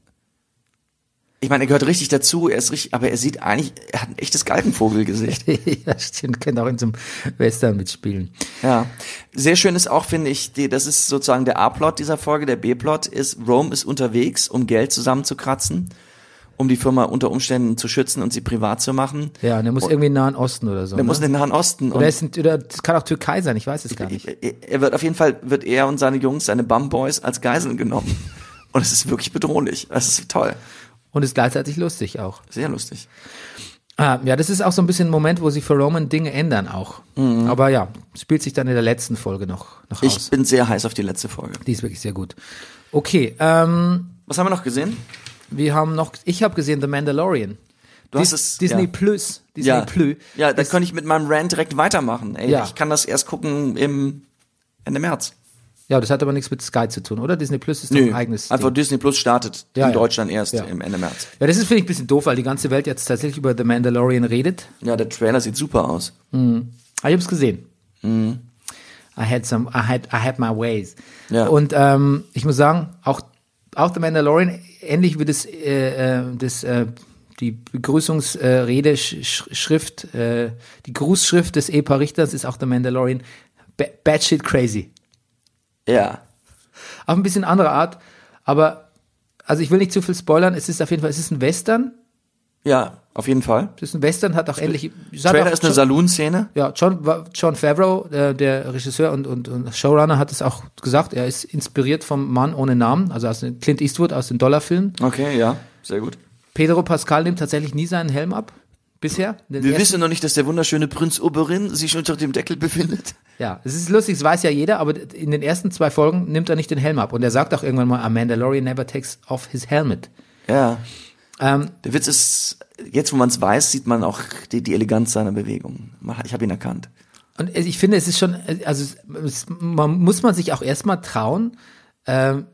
Speaker 1: ich meine, er gehört richtig dazu, er ist richtig, aber er sieht eigentlich, er hat ein echtes Galgenvogelgesicht.
Speaker 2: ja, stimmt, könnte auch in so einem Western mitspielen.
Speaker 1: Ja. Sehr schön ist auch, finde ich, die, das ist sozusagen der A-Plot dieser Folge, der B-Plot ist, Rome ist unterwegs, um Geld zusammenzukratzen, um die Firma unter Umständen zu schützen und sie privat zu machen.
Speaker 2: Ja, und der muss irgendwie in den Nahen Osten oder so.
Speaker 1: Er
Speaker 2: ne?
Speaker 1: muss in den Nahen Osten.
Speaker 2: oder, es sind, oder das kann auch Türkei sein, ich weiß es gar nicht.
Speaker 1: Er er wird auf jeden Fall, wird er und seine Jungs, seine Bumboys als Geiseln genommen. Und es ist wirklich bedrohlich. Das ist toll.
Speaker 2: Und ist gleichzeitig lustig auch.
Speaker 1: Sehr lustig.
Speaker 2: Ah, ja, das ist auch so ein bisschen ein Moment, wo sie für Roman Dinge ändern auch. Aber ja, spielt sich dann in der letzten Folge noch, noch
Speaker 1: Mhm. Ich
Speaker 2: aus.
Speaker 1: bin sehr heiß auf die letzte Folge.
Speaker 2: Die ist wirklich sehr gut. Okay, ähm,
Speaker 1: Was haben wir noch gesehen?
Speaker 2: wir haben noch, ich habe gesehen The Mandalorian. Du
Speaker 1: hast es-
Speaker 2: Disney
Speaker 1: ja.
Speaker 2: Plus. Disney
Speaker 1: ja.
Speaker 2: Plus.
Speaker 1: Ja, da
Speaker 2: Das-
Speaker 1: könnte ich mit meinem Rant direkt weitermachen. Ey,
Speaker 2: Ja.
Speaker 1: ich kann das erst gucken im Ende März.
Speaker 2: ja, das hat aber nichts mit Sky zu tun, oder? Disney Plus ist doch ein eigenes.
Speaker 1: Einfach
Speaker 2: Ding.
Speaker 1: Disney Plus startet
Speaker 2: Ja,
Speaker 1: in
Speaker 2: ja.
Speaker 1: Deutschland erst
Speaker 2: Ja.
Speaker 1: im Ende März.
Speaker 2: Ja, das ist, finde ich, ein bisschen doof, weil die ganze Welt jetzt tatsächlich über The Mandalorian redet.
Speaker 1: Ja, der Trailer sieht super aus.
Speaker 2: Ah, ich hab's gesehen.
Speaker 1: Mhm.
Speaker 2: I had some, I had, I had my ways.
Speaker 1: Ja.
Speaker 2: Und ähm, ich muss sagen, auch, auch The Mandalorian, ähnlich wie das, äh, äh, das äh, die Begrüßungsrede, Schrift, äh, die Grußschrift des Epa Richters ist auch The Mandalorian. Ba- Batshit crazy.
Speaker 1: Ja.
Speaker 2: Auf ein bisschen andere Art, aber also ich will nicht zu viel spoilern, es ist auf jeden Fall, es ist ein Western.
Speaker 1: Ja, auf jeden Fall.
Speaker 2: Es ist ein Western, hat auch ähnliche. es hat
Speaker 1: Trailer
Speaker 2: auch
Speaker 1: ist eine
Speaker 2: schon-
Speaker 1: Saloon-Szene.
Speaker 2: Ja, John, wa- John Favreau, äh, der Regisseur und, und, und Showrunner, hat es auch gesagt. Er ist inspiriert vom Mann ohne Namen, also aus den Clint Eastwood aus den Dollarfilmen.
Speaker 1: Okay, ja. Sehr gut.
Speaker 2: Pedro Pascal nimmt tatsächlich nie seinen Helm ab. Bisher. Den
Speaker 1: Wir
Speaker 2: ersten-
Speaker 1: wissen noch nicht, dass der wunderschöne Prinz Oberin sich unter dem Deckel befindet.
Speaker 2: Ja, es ist lustig, das weiß ja jeder, aber in den ersten zwei Folgen nimmt er nicht den Helm ab. Und er sagt auch irgendwann mal, A Mandalorian never takes off his helmet.
Speaker 1: Ja.
Speaker 2: Ähm,
Speaker 1: Der Witz ist, jetzt wo man es weiß, sieht man auch die, die Eleganz seiner Bewegungen. Man- Ich habe ihn erkannt.
Speaker 2: Und ich finde, es ist schon, also es, man muss man sich auch erstmal trauen, ähm,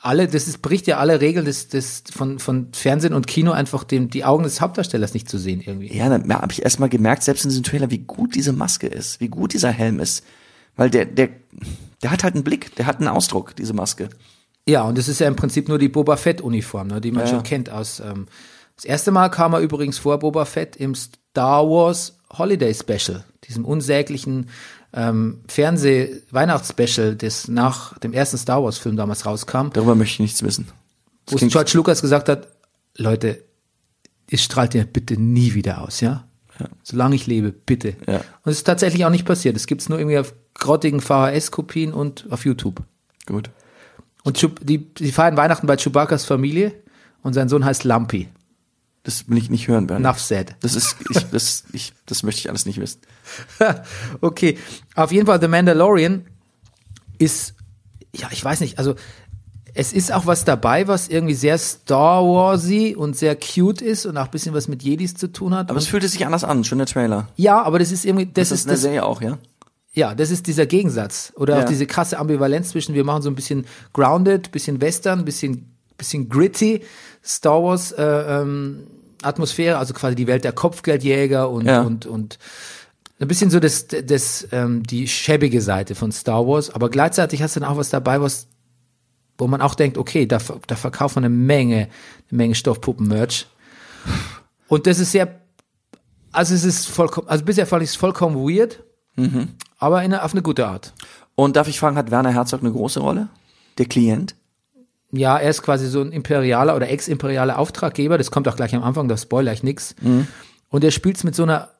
Speaker 2: alle, das ist, bricht ja alle Regeln des, des, von, von Fernsehen und Kino, einfach dem, die Augen des Hauptdarstellers nicht zu sehen irgendwie.
Speaker 1: Ja, dann habe ich erstmal gemerkt, selbst in diesem Trailer, wie gut diese Maske ist, wie gut dieser Helm ist. Weil der, der, der hat halt einen Blick, der hat einen Ausdruck, diese Maske.
Speaker 2: Ja, und das ist ja im Prinzip nur die Boba Fett-Uniform, ne, die man
Speaker 1: Ja.
Speaker 2: schon kennt aus. Ähm, das erste Mal kam er übrigens vor Boba Fett im Star Wars Holiday Special, diesem unsäglichen ähm, Fernseh-Weihnachtsspecial, das nach dem ersten Star Wars-Film damals rauskam.
Speaker 1: Darüber möchte ich nichts wissen. Das
Speaker 2: wo es
Speaker 1: klingt-
Speaker 2: George Lucas gesagt hat, Leute, ich strahlt ja bitte nie wieder aus, ja? Solange ich lebe, bitte.
Speaker 1: Ja.
Speaker 2: Und es ist tatsächlich auch nicht passiert. Es gibt es nur irgendwie auf grottigen VHS-Kopien und auf YouTube.
Speaker 1: Gut.
Speaker 2: Und Chub die, die feiern Weihnachten bei Chewbacca's Familie und sein Sohn heißt Lumpy.
Speaker 1: Das will ich nicht hören, Bernd.
Speaker 2: Enough said.
Speaker 1: Das ist, ich, das, ich, das möchte ich alles nicht wissen.
Speaker 2: okay. Auf jeden Fall, The Mandalorian ist, ja, ich weiß nicht, also es ist auch was dabei, was irgendwie sehr Star Warsy und sehr cute ist und auch ein bisschen was mit Jedis zu tun hat.
Speaker 1: Aber
Speaker 2: und
Speaker 1: es fühlte sich anders an, schon der Trailer.
Speaker 2: Ja, aber das ist irgendwie, das,
Speaker 1: Das ist
Speaker 2: ist
Speaker 1: in der
Speaker 2: das,
Speaker 1: Serie auch, ja?
Speaker 2: ja, das ist dieser Gegensatz oder
Speaker 1: Ja.
Speaker 2: auch diese krasse Ambivalenz zwischen, wir machen so ein bisschen grounded, bisschen Western, bisschen, bisschen gritty Star Wars äh, ähm, Atmosphäre, also quasi die Welt der Kopfgeldjäger und
Speaker 1: Ja.
Speaker 2: und und ein bisschen so das, das ähm, die schäbige Seite von Star Wars, aber gleichzeitig hast du dann auch was dabei, was wo man auch denkt, okay, da, ver- da verkauft man eine Menge, eine Menge Stoffpuppen-Merch. Und das ist sehr, also es ist vollkommen, also bisher fand ich es vollkommen weird, aber in, einer- auf eine gute Art.
Speaker 1: Und darf ich fragen, hat Werner Herzog eine große Rolle? Der Klient?
Speaker 2: Ja, er ist quasi so ein imperialer oder ex-imperialer Auftraggeber, das kommt auch gleich am Anfang, da spoiler ich nix. Und er spielt es mit so einer,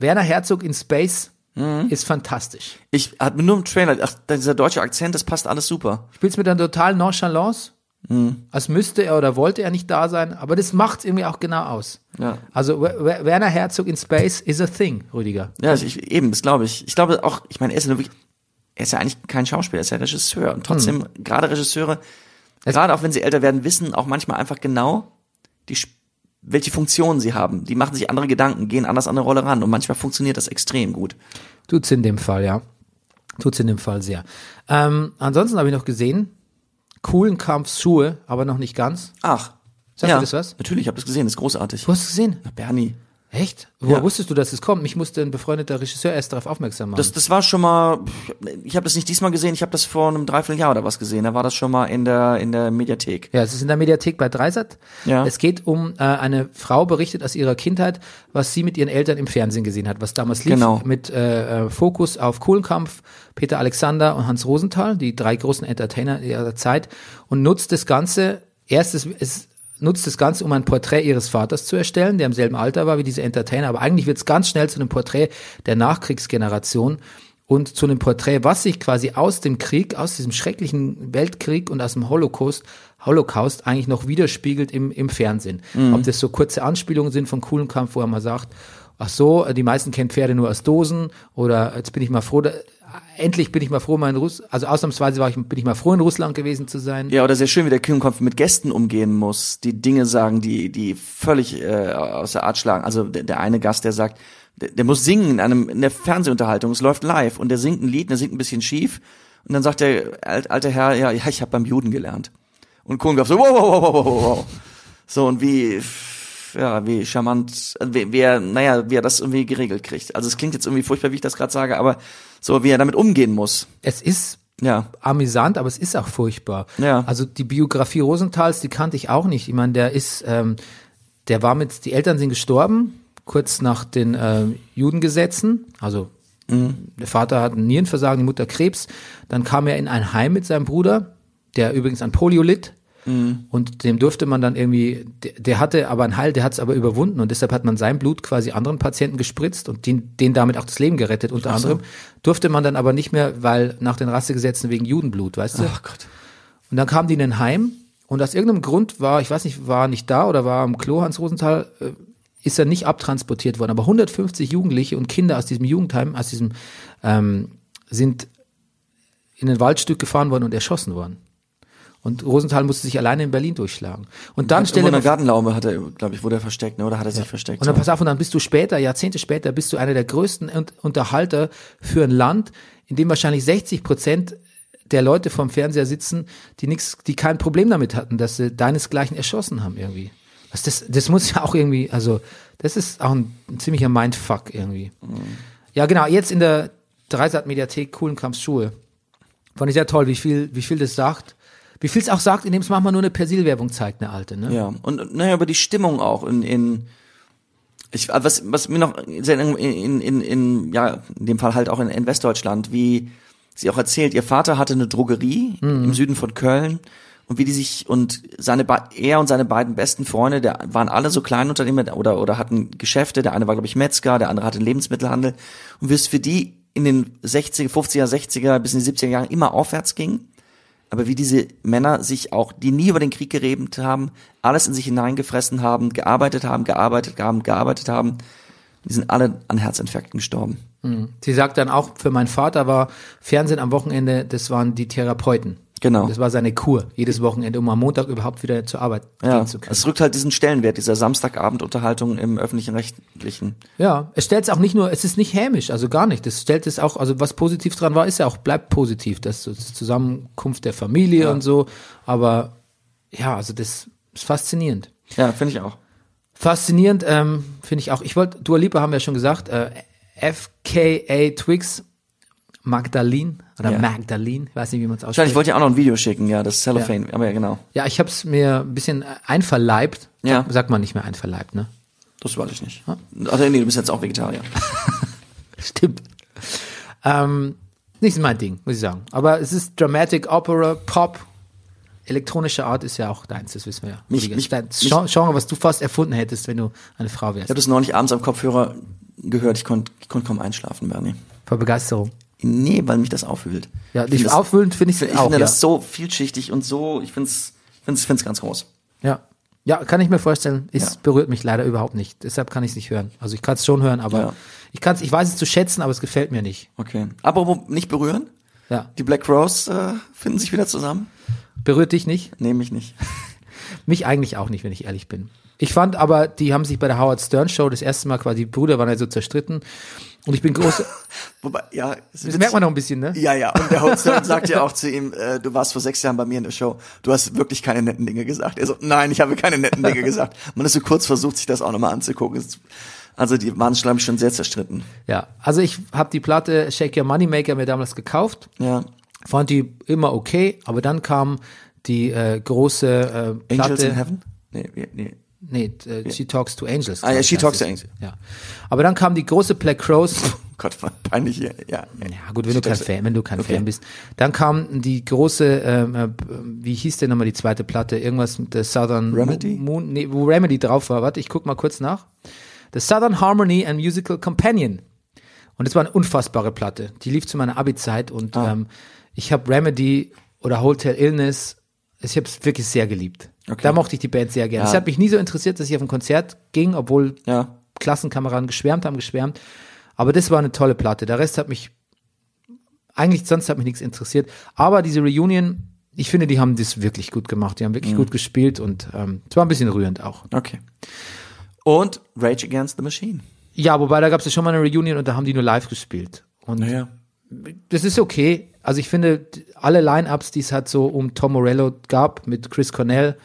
Speaker 2: Werner Herzog in Space ist fantastisch.
Speaker 1: Ich hatte nur im Trailer, ach, dieser deutsche Akzent, das passt alles super.
Speaker 2: Spielt es mit einer totalen Nonchalance, als müsste er oder wollte er nicht da sein, aber das macht es irgendwie auch genau aus.
Speaker 1: Ja.
Speaker 2: Also Wer- Wer- Werner Herzog in Space is a thing, Rüdiger.
Speaker 1: Ja, also ich, eben, das glaube ich. Ich glaube auch, ich meine, er ist ja wirklich, er ist ja eigentlich kein Schauspieler, er ist ja Regisseur. Und trotzdem, gerade Regisseure, gerade auch wenn sie älter werden, wissen auch manchmal einfach genau, die, Sp- welche Funktionen sie haben. Die machen sich andere Gedanken, gehen anders an eine Rolle ran. Und manchmal funktioniert das extrem gut.
Speaker 2: Tut's in dem Fall, ja. Tut's in dem Fall sehr. Ähm, ansonsten habe ich noch gesehen, coolen Kampf Sue, aber noch nicht ganz.
Speaker 1: Ach.
Speaker 2: Sagt dir das was?
Speaker 1: Natürlich, ich habe das gesehen, das ist großartig.
Speaker 2: Du hast es gesehen.
Speaker 1: Bernie.
Speaker 2: Echt? Woher
Speaker 1: Ja.
Speaker 2: wusstest du, dass es kommt? Mich musste ein befreundeter Regisseur erst darauf aufmerksam machen.
Speaker 1: Das, das war schon mal, ich habe das nicht diesmal gesehen, ich habe das vor einem Dreivierteljahr oder was gesehen. Da war das schon mal in der, in der Mediathek.
Speaker 2: Ja, es ist in der Mediathek bei Dreisat.
Speaker 1: Ja.
Speaker 2: Es geht um äh, eine Frau berichtet aus ihrer Kindheit, was sie mit ihren Eltern im Fernsehen gesehen hat, was damals lief
Speaker 1: Genau.
Speaker 2: mit äh, äh, Fokus auf Kuhlenkampf, Peter Alexander und Hans Rosenthal, die drei großen Entertainer ihrer Zeit und nutzt das Ganze erstes es nutzt das Ganze, um ein Porträt ihres Vaters zu erstellen, der im selben Alter war wie diese Entertainer, aber eigentlich wird es ganz schnell zu einem Porträt der Nachkriegsgeneration und zu einem Porträt, was sich quasi aus dem Krieg, aus diesem schrecklichen Weltkrieg und aus dem Holocaust, Holocaust eigentlich noch widerspiegelt im, im Fernsehen. Ob das so kurze Anspielungen sind vom coolen Kampf, wo er mal sagt, ach so, äh, die meisten kennen Pferde nur aus Dosen oder äh, jetzt bin ich mal froh, da, endlich bin ich mal froh, mein Russ, also ausnahmsweise war ich, bin ich mal froh, in Russland gewesen zu sein.
Speaker 1: Ja, oder sehr schön, wie der Kühlenkopf mit Gästen umgehen muss, die Dinge sagen, die, die völlig äh, aus der Art schlagen. Also der, der eine Gast, der sagt, der, der muss singen in einem in der Fernsehunterhaltung, es läuft live und der singt ein Lied, und der singt ein bisschen schief und dann sagt der alt, alte Herr, ja, ja, ich habe beim Juden gelernt. Und Kohlenkopf so, wow, wow, wow, wow, wow, wow. So und wie ja, wie charmant, äh, wie, wie er, naja, wie er das irgendwie geregelt kriegt. Also es klingt jetzt irgendwie furchtbar, wie ich das gerade sage, aber so, wie er damit umgehen muss.
Speaker 2: Es ist
Speaker 1: Ja.
Speaker 2: amüsant, aber es ist auch furchtbar.
Speaker 1: Ja.
Speaker 2: Also die Biografie Rosenthals, die kannte ich auch nicht. Ich meine, der ist, ähm, der war mit, die Eltern sind gestorben, kurz nach den ähm, Judengesetzen. Also der Vater hat ein Nierenversagen, die Mutter Krebs. Dann kam er in ein Heim mit seinem Bruder, der übrigens an Polio litt. Und dem durfte man dann irgendwie, der, der hatte aber einen Heil, der hat es aber überwunden und deshalb hat man sein Blut quasi anderen Patienten gespritzt und den, den damit auch das Leben gerettet, unter anderem. Durfte man dann aber nicht mehr, weil nach den Rassegesetzen wegen Judenblut, weißt du? Ach Gott. Und dann kamen die in ein Heim und aus irgendeinem Grund war, ich weiß nicht, war er nicht da oder war er am Klo Hans Rosenthal, äh, ist er nicht abtransportiert worden. Aber 150 Jugendliche und Kinder aus diesem Jugendheim, aus diesem, ähm, sind in ein Waldstück gefahren worden und erschossen worden. Und Rosenthal musste sich alleine in Berlin durchschlagen. Und dann
Speaker 1: Irgendwo
Speaker 2: stelle
Speaker 1: in der
Speaker 2: man
Speaker 1: Gartenlaube hat er, glaube ich, wurde er versteckt, ne? Oder hat er sich versteckt?
Speaker 2: und dann
Speaker 1: ja.
Speaker 2: pass auf, und dann bist du später, Jahrzehnte später, bist du einer der größten Un- Unterhalter für ein Land, in dem wahrscheinlich 60 Prozent der Leute vorm Fernseher sitzen, die nix, die kein Problem damit hatten, dass sie deinesgleichen erschossen haben irgendwie. Was das, das muss ja auch irgendwie, also das ist auch ein, ein ziemlicher Mindfuck irgendwie.
Speaker 1: Mhm.
Speaker 2: Ja, genau, jetzt in der Dreisat-Mediathek Kuhlenkamps Schule. Fand ich sehr toll, wie viel, wie viel das sagt. Wie viel es auch sagt, indem es manchmal nur eine Persil-Werbung zeigt, eine alte, ne?
Speaker 1: Ja, und und, naja, über die Stimmung auch in, in ich, ah, was, was mir noch sehr in, in, in, in, ja, in dem Fall halt auch in, in Westdeutschland, wie sie auch erzählt, ihr Vater hatte eine Drogerie
Speaker 2: Mhm.
Speaker 1: im Süden von Köln und wie die sich und seine be- er und seine beiden besten Freunde, der waren alle so Kleinunternehmer oder oder hatten Geschäfte, der eine war glaube ich Metzger, der andere hatte einen Lebensmittelhandel und wie es für die in den 60er, 50er, 60er bis in die 70er Jahren immer aufwärts ging aber wie diese Männer sich auch, die nie über den Krieg geredet haben, alles in sich hineingefressen haben, gearbeitet haben, gearbeitet haben, gearbeitet haben, die sind alle an Herzinfarkten gestorben.
Speaker 2: Sie sagt dann auch, für meinen Vater war Fernsehen am Wochenende, das waren die Therapeuten.
Speaker 1: Genau.
Speaker 2: Das war seine Kur, jedes Wochenende, um am Montag überhaupt wieder zur Arbeit
Speaker 1: Ja,
Speaker 2: gehen zu können.
Speaker 1: es rückt halt diesen Stellenwert dieser Samstagabendunterhaltung im öffentlichen Rechtlichen.
Speaker 2: Ja, es stellt es auch nicht nur, es ist nicht hämisch, also gar nicht. Es stellt es auch, also was positiv dran war, ist ja auch, bleibt positiv, das, so das Zusammenkunft der Familie und so. Aber ja, also das ist faszinierend.
Speaker 1: Ja, finde ich auch.
Speaker 2: Faszinierend ähm, finde ich auch. Ich wollte, Dua Lipa haben wir schon gesagt, äh, FKA Twix, Magdalene oder
Speaker 1: Ja.
Speaker 2: Magdalene, ich weiß nicht, wie man es ausspricht.
Speaker 1: Wahrscheinlich wollte ich auch noch ein Video schicken, ja, das Cellophane, aber ja, genau.
Speaker 2: Ja, ich hab's mir ein bisschen äh, einverleibt.
Speaker 1: Ja.
Speaker 2: Sag, sagt man nicht mehr einverleibt, ne?
Speaker 1: Das weiß ich nicht. Also nee, du bist jetzt auch Vegetarier.
Speaker 2: Stimmt. Ähm, nicht mein Ding, muss ich sagen. Aber es ist Dramatic Opera, Pop. Elektronische Art ist ja auch deins, das wissen wir ja.
Speaker 1: Mich-
Speaker 2: Rüdiger.
Speaker 1: mich-
Speaker 2: Dein
Speaker 1: mich-
Speaker 2: Gen- Genre, was du fast erfunden hättest, wenn du eine Frau wärst.
Speaker 1: Ich habe das neulich abends am Kopfhörer gehört, ich konnte ich konnt kaum einschlafen, Bernie.
Speaker 2: Vor Begeisterung.
Speaker 1: Nee, weil mich das aufwühlt.
Speaker 2: Ja,
Speaker 1: Ich find
Speaker 2: dich
Speaker 1: das-
Speaker 2: aufwühlend finde ich
Speaker 1: Ich
Speaker 2: auch.
Speaker 1: finde
Speaker 2: ja.
Speaker 1: das so vielschichtig und so, ich find's, find's, find's ganz groß.
Speaker 2: ja. ja, kann ich mir vorstellen. Es
Speaker 1: Ja.
Speaker 2: berührt mich leider überhaupt nicht. Deshalb kann ich es nicht hören. Also ich kann es schon hören, aber
Speaker 1: Ja.
Speaker 2: ich kann's, ich weiß es zu schätzen, aber es gefällt mir nicht.
Speaker 1: Okay. Aber wo- nicht berühren?
Speaker 2: Ja.
Speaker 1: Die Black Rose äh, finden sich wieder zusammen?
Speaker 2: Berührt dich nicht?
Speaker 1: Nehme ich nicht.
Speaker 2: Mich eigentlich auch nicht, wenn ich ehrlich bin. Ich fand aber, die haben sich bei der Howard Stern Show das erste Mal quasi, die Brüder waren ja so zerstritten. Und ich bin groß,
Speaker 1: Wobei, ja, es
Speaker 2: das merkt man noch ein bisschen, ne?
Speaker 1: Ja, ja. Und der Hoster sagt ja auch zu ihm, äh, du warst vor sechs Jahren bei mir in der Show, du hast wirklich keine netten Dinge gesagt. Er so, nein, ich habe keine netten Dinge gesagt. Man ist so kurz versucht, sich das auch nochmal anzugucken. Es- Also die waren, glaube ich, schon sehr zerstritten.
Speaker 2: Ja, also ich habe die Platte Shake Your Moneymaker mir damals gekauft,
Speaker 1: Ja.
Speaker 2: fand die immer okay, aber dann kam die äh, große äh,
Speaker 1: Angels
Speaker 2: Platte.
Speaker 1: in Heaven? Nee, wir- nee.
Speaker 2: Nee, äh, She Talks to Angels.
Speaker 1: Ah ja, She
Speaker 2: Das
Speaker 1: Talks
Speaker 2: ist-
Speaker 1: to Angels.
Speaker 2: Ja. Aber dann kam die große Black Crowes.
Speaker 1: Gott, war peinlich hier. Ja.
Speaker 2: Ja, gut, wenn du kein
Speaker 1: Talks to-
Speaker 2: Fan, wenn du kein
Speaker 1: Okay.
Speaker 2: Fan bist. Dann kam die große, ähm, äh, wie hieß denn nochmal die zweite Platte? Irgendwas mit der Southern
Speaker 1: Remedy?
Speaker 2: Mo- Moon, nee, wo Remedy drauf war. Warte, ich guck mal kurz nach. The Southern Harmony and Musical Companion. Und es war eine unfassbare Platte. Die lief zu meiner Abi-Zeit und
Speaker 1: Ah.
Speaker 2: ähm, ich habe Remedy oder Hotel Illness, ich habe es wirklich sehr geliebt.
Speaker 1: Okay.
Speaker 2: Da mochte ich die Band sehr gerne. Es hat mich nie so interessiert, dass ich auf ein Konzert ging, obwohl
Speaker 1: Ja.
Speaker 2: Klassenkameraden geschwärmt haben, geschwärmt. Aber das war eine tolle Platte. Der Rest hat mich, eigentlich sonst hat mich nichts interessiert. Aber diese Reunion, ich finde, die haben das wirklich gut gemacht. Die haben wirklich gut gespielt und ähm, es war ein bisschen rührend auch.
Speaker 1: Okay. Und Rage Against the Machine.
Speaker 2: Ja, wobei da gab es ja schon mal eine Reunion und da haben die nur live gespielt. Und das ist okay. Also ich finde, d- alle Line-Ups, die es halt so um Tom Morello gab, mit Chris Cornell,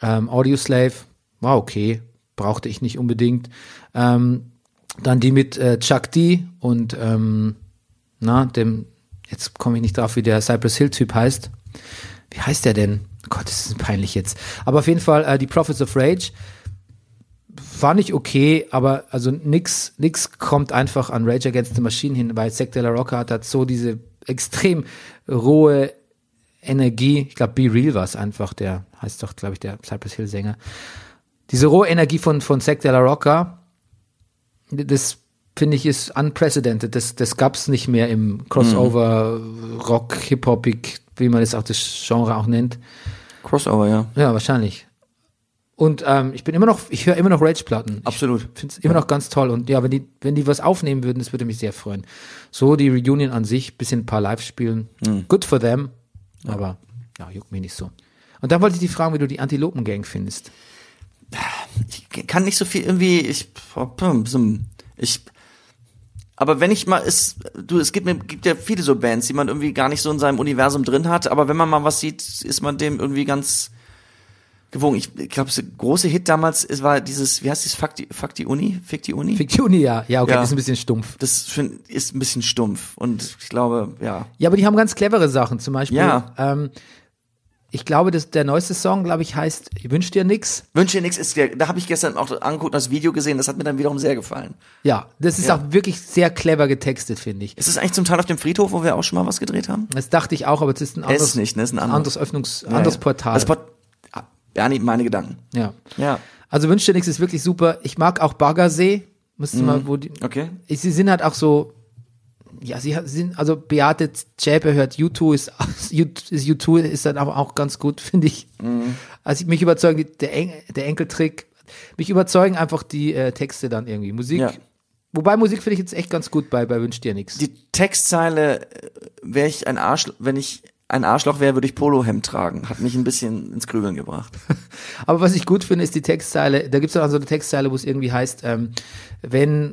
Speaker 2: ähm, Audioslave, war okay. Brauchte ich nicht unbedingt. Ähm, dann die mit äh, Chuck D und ähm, na, dem, jetzt komme ich nicht drauf, wie der Cypress Hill-Typ heißt. Wie heißt der denn? Gott, das ist peinlich jetzt. Aber auf jeden Fall, äh, die Prophets of Rage fand ich okay, aber also nix, nix kommt einfach an Rage Against the Machine hin, weil Zack de la Rocca hat halt so diese extrem rohe Energie. Ich glaube, Be Real war es einfach, der heißt doch, glaube ich, der Cypress Hill Sänger. Diese rohe Energie von, von Zack de la Rocca, das finde ich ist unprecedented. Das, das gab es nicht mehr im Crossover, Rock, Hip-Hopig, wie man es auch das Genre auch nennt.
Speaker 1: Crossover, ja.
Speaker 2: Ja, wahrscheinlich. Und ähm, ich bin immer noch, ich höre immer noch Rage-Platten. Ich
Speaker 1: Absolut.
Speaker 2: finde es immer noch ganz toll. Und ja, wenn die, wenn die was aufnehmen würden, das würde mich sehr freuen. So die Reunion an sich, bisschen ein paar Live-Spielen.
Speaker 1: Mhm.
Speaker 2: Good for them. Aber ja, juckt mich nicht so. Und dann wollte ich dich fragen, wie du die Antilopen-Gang findest.
Speaker 1: Ich kann nicht so viel irgendwie, ich, oh, ich, aber wenn ich mal, es, du, es gibt mir, gibt ja viele so Bands, die man irgendwie gar nicht so in seinem Universum drin hat, aber wenn man mal was sieht, ist man dem irgendwie ganz gewogen. Ich, ich glaube, der große Hit damals, es war dieses, wie heißt dieses, Fuck die, Fuck die Uni? Fick die Uni?
Speaker 2: Fikuni, ja. Ja, okay,
Speaker 1: Ja.
Speaker 2: das ist ein bisschen stumpf.
Speaker 1: Das find, ist ein bisschen stumpf und ich glaube, ja.
Speaker 2: Ja, aber die haben ganz clevere Sachen. Zum Beispiel,
Speaker 1: Ja.
Speaker 2: ähm, ich glaube, dass der neueste Song, glaube ich, heißt Ich wünsch dir nix.
Speaker 1: Wünsche dir nichts ist der, da habe ich gestern auch angeguckt und das Video gesehen, das hat mir dann wiederum sehr gefallen.
Speaker 2: Ja, das ist
Speaker 1: Ja.
Speaker 2: auch wirklich sehr clever getextet, finde ich.
Speaker 1: Ist es eigentlich zum Teil auf dem Friedhof, wo wir auch schon mal was gedreht haben?
Speaker 2: Das dachte ich auch, aber es ist ein
Speaker 1: Es
Speaker 2: anderes,
Speaker 1: ist nicht, ne? Es ist ein
Speaker 2: anderes Öffnungs, anderes
Speaker 1: Ja, ja.
Speaker 2: Portal.
Speaker 1: Das Port Ah, ja, nee, meine Gedanken.
Speaker 2: ja.
Speaker 1: Ja.
Speaker 2: Also Wünsch dir nichts ist wirklich super. Ich mag auch Baggersee. Musst du mal, wo die,
Speaker 1: Mhm. Okay.
Speaker 2: ich, sie sind halt auch so, ja, sie hat- sind, also Beate Zschäpe hört U2 ist, U2 ist U2 ist dann auch, auch ganz gut, finde ich.
Speaker 1: Mhm.
Speaker 2: Also ich- mich überzeugen, die, der, Eng, der Enkeltrick, mich überzeugen einfach die äh, Texte dann irgendwie. Musik,
Speaker 1: Ja.
Speaker 2: wobei Musik finde ich jetzt echt ganz gut bei, bei Wünsch dir nichts.
Speaker 1: Die Textzeile, wäre ich ein Arschloch, wenn ich ein Arschloch wäre, würde ich Polohemd tragen. Hat mich ein bisschen ins Grübeln gebracht.
Speaker 2: Aber was ich gut finde, ist die Textzeile. Da gibt es auch so eine Textzeile, wo es irgendwie heißt, ähm, wenn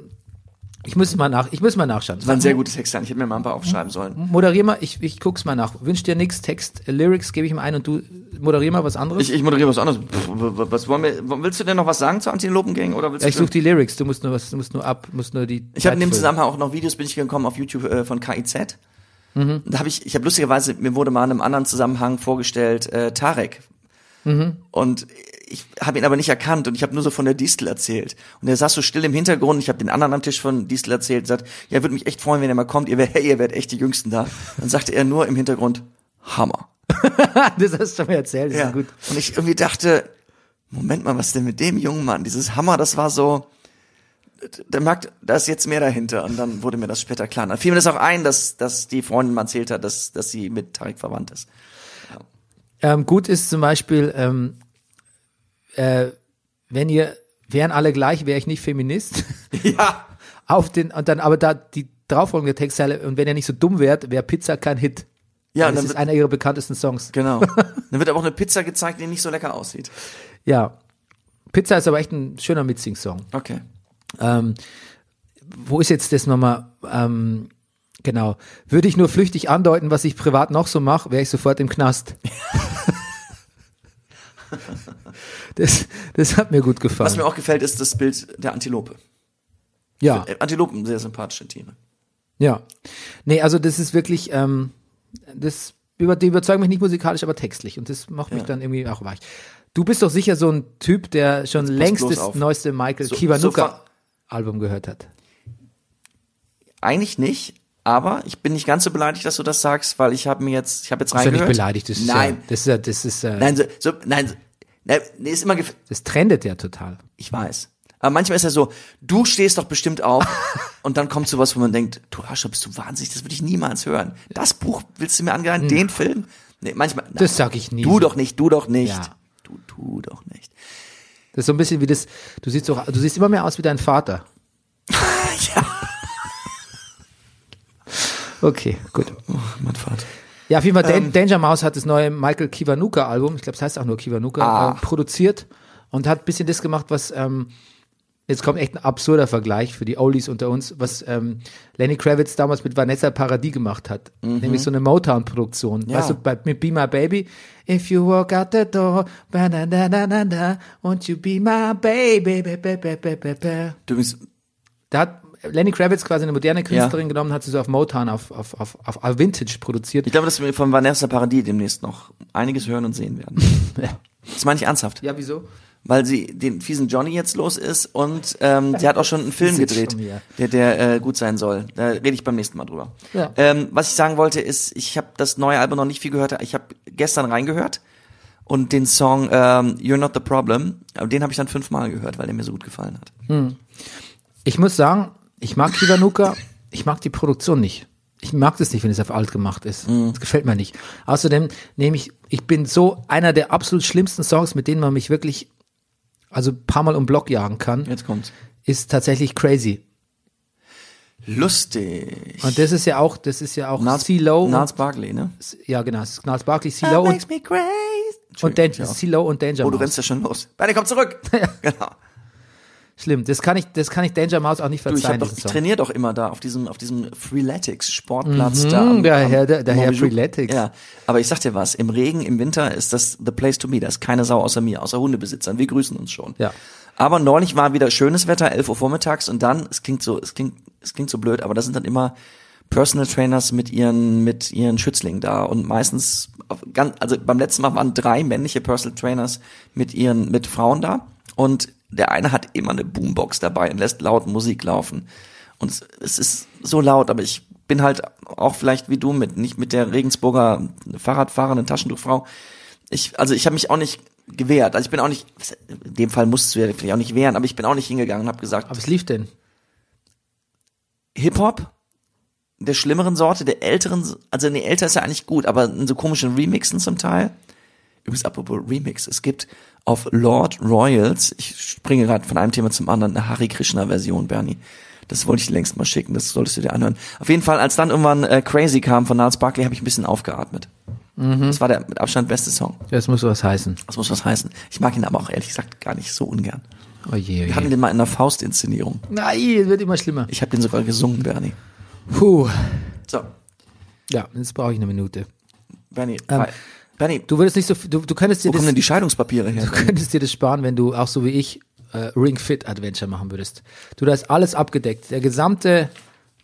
Speaker 2: ich muss mal nach, ich muss mal nachschauen.
Speaker 1: Das waren sehr gute Textzeilen. Ich hätte mir mal ein paar aufschreiben sollen.
Speaker 2: Moderier mal, ich, ich guck's mal nach. Wünsch dir nix, Text, äh, Lyrics gebe ich mal ein und du moderier mal was anderes.
Speaker 1: Ich, ich moderiere was anderes. Pff, Was wollen wir, willst du denn noch was sagen zur Antilopengang oder willst
Speaker 2: Ja, ich
Speaker 1: du?
Speaker 2: suche die Lyrics, du musst nur was, du musst nur ab, musst nur die.
Speaker 1: Ich habe in dem
Speaker 2: Zeit füllen.
Speaker 1: Zusammenhang auch noch Videos, bin ich gekommen auf YouTube äh, von KIZ. Da habe ich, ich habe lustigerweise, mir wurde mal in einem anderen Zusammenhang vorgestellt, äh, Tarek. Und ich habe ihn aber nicht erkannt und ich habe nur so von der Distel erzählt. Und er saß so still im Hintergrund. Ich habe den anderen am Tisch von Distel erzählt und sagt, ja, würde mich echt freuen, wenn er mal kommt. Ihr, wär, ihr wärt echt die Jüngsten da. Dann sagte er nur im Hintergrund, Hammer.
Speaker 2: Das hast du mir erzählt, das
Speaker 1: Ja.
Speaker 2: ist gut.
Speaker 1: Und ich irgendwie dachte, Moment mal, was ist denn mit dem jungen Mann? Dieses Hammer, das war so, der merkt, da ist jetzt mehr dahinter. Und dann wurde mir das später klar. Dann fiel mir das auch ein, dass, dass die Freundin mal erzählt hat, dass, dass sie mit Tarek verwandt ist.
Speaker 2: Ähm, gut ist zum Beispiel, ähm, äh, wenn ihr, wären alle gleich, wäre ich nicht Feminist.
Speaker 1: Ja.
Speaker 2: Auf den, und dann, aber da die drauffolgende Textzeile, und wenn ihr nicht so dumm wärt, wäre Pizza kein Hit.
Speaker 1: Ja, und
Speaker 2: das
Speaker 1: dann
Speaker 2: ist
Speaker 1: wird,
Speaker 2: einer ihrer bekanntesten Songs.
Speaker 1: genau. Dann wird aber auch eine Pizza gezeigt, die nicht so lecker aussieht.
Speaker 2: Ja. Pizza ist aber echt ein schöner Mitsing-Song.
Speaker 1: Okay.
Speaker 2: Ähm, wo ist jetzt das nochmal? Ähm, genau. Würde ich nur flüchtig andeuten, was ich privat noch so mache, wäre ich sofort im Knast. das, das hat mir gut gefallen.
Speaker 1: Was mir auch gefällt, ist das Bild der Antilope.
Speaker 2: Ja.
Speaker 1: Äh, Antilopen, sehr sympathische Tiere.
Speaker 2: Ja. Nee, also das ist wirklich, ähm, das über, die überzeugen mich nicht musikalisch, aber textlich. Und das macht mich dann irgendwie auch weich. Du bist doch sicher so ein Typ, der schon längst
Speaker 1: bloß
Speaker 2: das
Speaker 1: auf.
Speaker 2: neueste Michael
Speaker 1: So-
Speaker 2: Kiwanuka
Speaker 1: so-
Speaker 2: Album gehört hat.
Speaker 1: Eigentlich nicht, aber ich bin nicht ganz so beleidigt, dass du das sagst, weil ich habe mir jetzt, ich habe jetzt
Speaker 2: Ist ja
Speaker 1: reingehört.
Speaker 2: nicht beleidigt, das ist
Speaker 1: nein,
Speaker 2: ja, das ist ja, das ist, äh,
Speaker 1: nein, so, so, nein, so, nein, nee, ist immer, gef
Speaker 2: das trendet ja total.
Speaker 1: ich weiß. Aber manchmal ist ja so, du stehst doch bestimmt auf und dann kommt sowas, wo man denkt, du Arschloch, bist du wahnsinnig, das würde ich niemals hören. Das Buch willst du mir angehören, den Film? Nee, manchmal. Nein,
Speaker 2: Hm. Das sag ich nie.
Speaker 1: Du doch nicht, du doch nicht.
Speaker 2: Ja.
Speaker 1: Du, du doch nicht.
Speaker 2: Das ist so ein bisschen wie das, du siehst doch, du siehst immer mehr aus wie dein Vater. ja. Okay, gut.
Speaker 1: Mein Vater.
Speaker 2: Ja, auf jeden Fall,
Speaker 1: Ähm.
Speaker 2: Dan Danger Mouse hat das neue Michael Kiwanuka Album, ich glaube, es heißt auch nur Kiwanuka,
Speaker 1: Ah.
Speaker 2: äh, produziert und hat ein bisschen das gemacht, was, ähm, jetzt kommt echt ein absurder Vergleich für die Oldies unter uns, was ähm, Lenny Kravitz damals mit Vanessa Paradis gemacht hat. Nämlich so eine Motown-Produktion.
Speaker 1: Mhm. Ja.
Speaker 2: Weißt du, bei, mit Be My Baby, If you walk out the door, ba -da -da -da -da -da, won't you be my baby, ba -ba -ba -ba -ba -ba.
Speaker 1: Du übrigens,
Speaker 2: Da hat Lenny Kravitz quasi eine moderne Künstlerin
Speaker 1: Ja.
Speaker 2: genommen, hat sie so auf Motown, auf, auf, auf, auf Vintage produziert.
Speaker 1: ich glaube, dass wir von Vanessa Paradis demnächst noch einiges hören und sehen werden. Das meine ich ernsthaft.
Speaker 2: Ja, wieso?
Speaker 1: weil sie den fiesen Johnny jetzt los ist und ähm, sie hat auch schon einen Film
Speaker 2: Ist jetzt
Speaker 1: gedreht,
Speaker 2: schon wieder.
Speaker 1: der, der äh, gut sein soll. Da rede ich beim nächsten Mal drüber.
Speaker 2: Ja.
Speaker 1: Ähm, was ich sagen wollte ist, ich habe das neue Album noch nicht viel gehört. Ich habe gestern reingehört und den Song ähm, You're Not the Problem, aber den habe ich dann fünfmal gehört, weil der mir so gut gefallen hat.
Speaker 2: Ich muss sagen, ich mag Kiwanuka, ich mag die Produktion nicht. Ich mag das nicht, wenn es auf alt gemacht ist.
Speaker 1: Mhm.
Speaker 2: Das gefällt mir nicht. Außerdem nehme ich, ich bin so einer der absolut schlimmsten Songs, mit denen man mich wirklich, also ein paar Mal um den Block jagen kann,
Speaker 1: Jetzt kommt's.
Speaker 2: ist tatsächlich crazy.
Speaker 1: Lustig.
Speaker 2: Und das ist ja auch, das ist ja auch C-Low. und-
Speaker 1: Nars Barkley, ne?
Speaker 2: Ja, genau, es ist Gnarls Barkley, C-Low und,
Speaker 1: me crazy.
Speaker 2: und, Dan C-Low und Danger
Speaker 1: Oh, du
Speaker 2: Mouse.
Speaker 1: rennst ja schon los. Bernie, komm zurück. genau.
Speaker 2: Schlimm, das kann ich, das kann ich Danger Mouse auch nicht
Speaker 1: Du, ich, hab
Speaker 2: verzeihen.
Speaker 1: doch,
Speaker 2: diesen
Speaker 1: ich
Speaker 2: Song.
Speaker 1: trainiere doch immer da auf diesem, auf diesem Freeletics Sportplatz
Speaker 2: Mhm,
Speaker 1: da.
Speaker 2: der Herr- der- der Herr
Speaker 1: Montbijou.
Speaker 2: Freeletics.
Speaker 1: Ja, aber ich sag dir was, im Regen, im Winter ist das the place to be. Da ist keine Sau außer mir, außer Hundebesitzern. Wir grüßen uns schon.
Speaker 2: Ja.
Speaker 1: Aber neulich war wieder schönes Wetter, 11 Uhr vormittags und dann, es klingt so, es klingt, es klingt so blöd, aber da sind dann immer Personal Trainers mit ihren, mit ihren Schützlingen da und meistens, auf, ganz, also beim letzten Mal waren drei männliche Personal Trainers mit ihren, mit Frauen da und der eine hat immer eine Boombox dabei und lässt laut Musik laufen. Und es, es ist so laut, aber ich bin halt auch vielleicht wie du mit, nicht mit der Regensburger Fahrradfahrenden Taschentuchfrau, ich, also ich habe mich auch nicht gewehrt. Also ich bin auch nicht, in dem Fall musst du ja vielleicht auch nicht wehren, aber ich bin auch nicht hingegangen und habe gesagt,
Speaker 2: Aber es lief denn.
Speaker 1: Hip-Hop der schlimmeren Sorte, der älteren, also nee, älter ist ja eigentlich gut, aber in so komischen Remixen zum Teil. Übrigens, apropos Remix, es gibt auf Lord Royals, ich springe gerade von einem Thema zum anderen, eine Hare Krishna-Version, Bernie. Das wollte ich dir längst mal schicken, das solltest du dir anhören. Auf jeden Fall, als dann irgendwann äh, Crazy kam von Niles Barkley, habe ich ein bisschen aufgeatmet. Das war der mit Abstand beste Song.
Speaker 2: Das muss was heißen.
Speaker 1: Das muss was heißen. Ich mag ihn aber auch ehrlich gesagt gar nicht so ungern.
Speaker 2: Oh je,
Speaker 1: Wir hatten den mal in einer Faustinszenierung.
Speaker 2: Nein, es wird immer schlimmer.
Speaker 1: Ich habe den sogar gesungen, Bernie.
Speaker 2: Puh.
Speaker 1: So,
Speaker 2: Ja, jetzt brauche ich eine Minute.
Speaker 1: Bernie.
Speaker 2: Ähm,
Speaker 1: hi. Bernie,
Speaker 2: Du würdest nicht so viel- du, du könntest dir
Speaker 1: wo kommen
Speaker 2: das,
Speaker 1: denn die Scheidungspapiere her?
Speaker 2: du könntest dir das sparen, wenn du auch so wie ich äh, Ring Fit Adventure machen würdest. Du da ist alles abgedeckt, der gesamte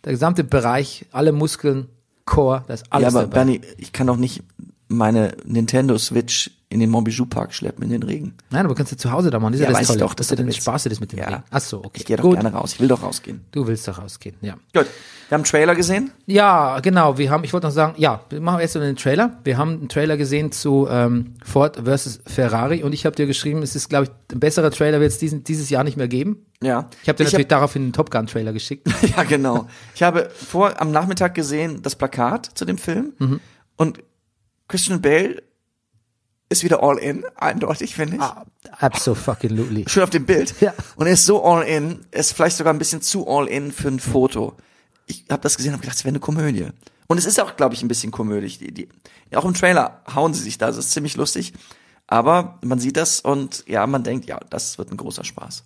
Speaker 2: der gesamte Bereich, alle Muskeln, Core, da ist
Speaker 1: Ja,
Speaker 2: alles
Speaker 1: aber
Speaker 2: dabei.
Speaker 1: Bernie, ich kann doch nicht meine Nintendo Switch in den Montbijou Park schleppen, in den Regen.
Speaker 2: Nein, aber du kannst ja zu Hause da machen, das ist
Speaker 1: Ja,
Speaker 2: ja, das
Speaker 1: weiß
Speaker 2: Tolle.
Speaker 1: ich doch, das
Speaker 2: das ist ja
Speaker 1: hat
Speaker 2: dann
Speaker 1: jetzt-
Speaker 2: Spaß dir das mit dem Ring. Ach so, okay.
Speaker 1: Ich gehe doch
Speaker 2: Gut.
Speaker 1: gerne raus. Ich will doch rausgehen.
Speaker 2: Du willst doch rausgehen, ja.
Speaker 1: Gut. Wir haben einen Trailer gesehen.
Speaker 2: Ja, genau. Wir haben, ich wollte noch sagen, ja, wir machen erst mal den Trailer. Wir haben einen Trailer gesehen zu ähm, Ford versus Ferrari und ich habe dir geschrieben, es ist, glaube ich, ein besserer Trailer wird es diesen, dieses Jahr nicht mehr geben.
Speaker 1: Ja.
Speaker 2: Ich habe dir natürlich
Speaker 1: hab-
Speaker 2: daraufhin einen Top Gun Trailer geschickt.
Speaker 1: Ja, genau. Ich habe vor am Nachmittag gesehen das Plakat zu dem Film und Christian Bale ist wieder all in, eindeutig, finde ich.
Speaker 2: Absolutely.
Speaker 1: Schön auf dem Bild.
Speaker 2: Ja.
Speaker 1: Und er ist so all in, er ist vielleicht sogar ein bisschen zu all in für ein Foto. Ich habe das gesehen und gedacht, es wäre eine Komödie. Und es ist auch, glaube ich, ein bisschen komödisch. Die, die, auch im Trailer hauen sie sich da, das ist ziemlich lustig. Aber man sieht das und ja, man denkt, ja, das wird ein großer Spaß.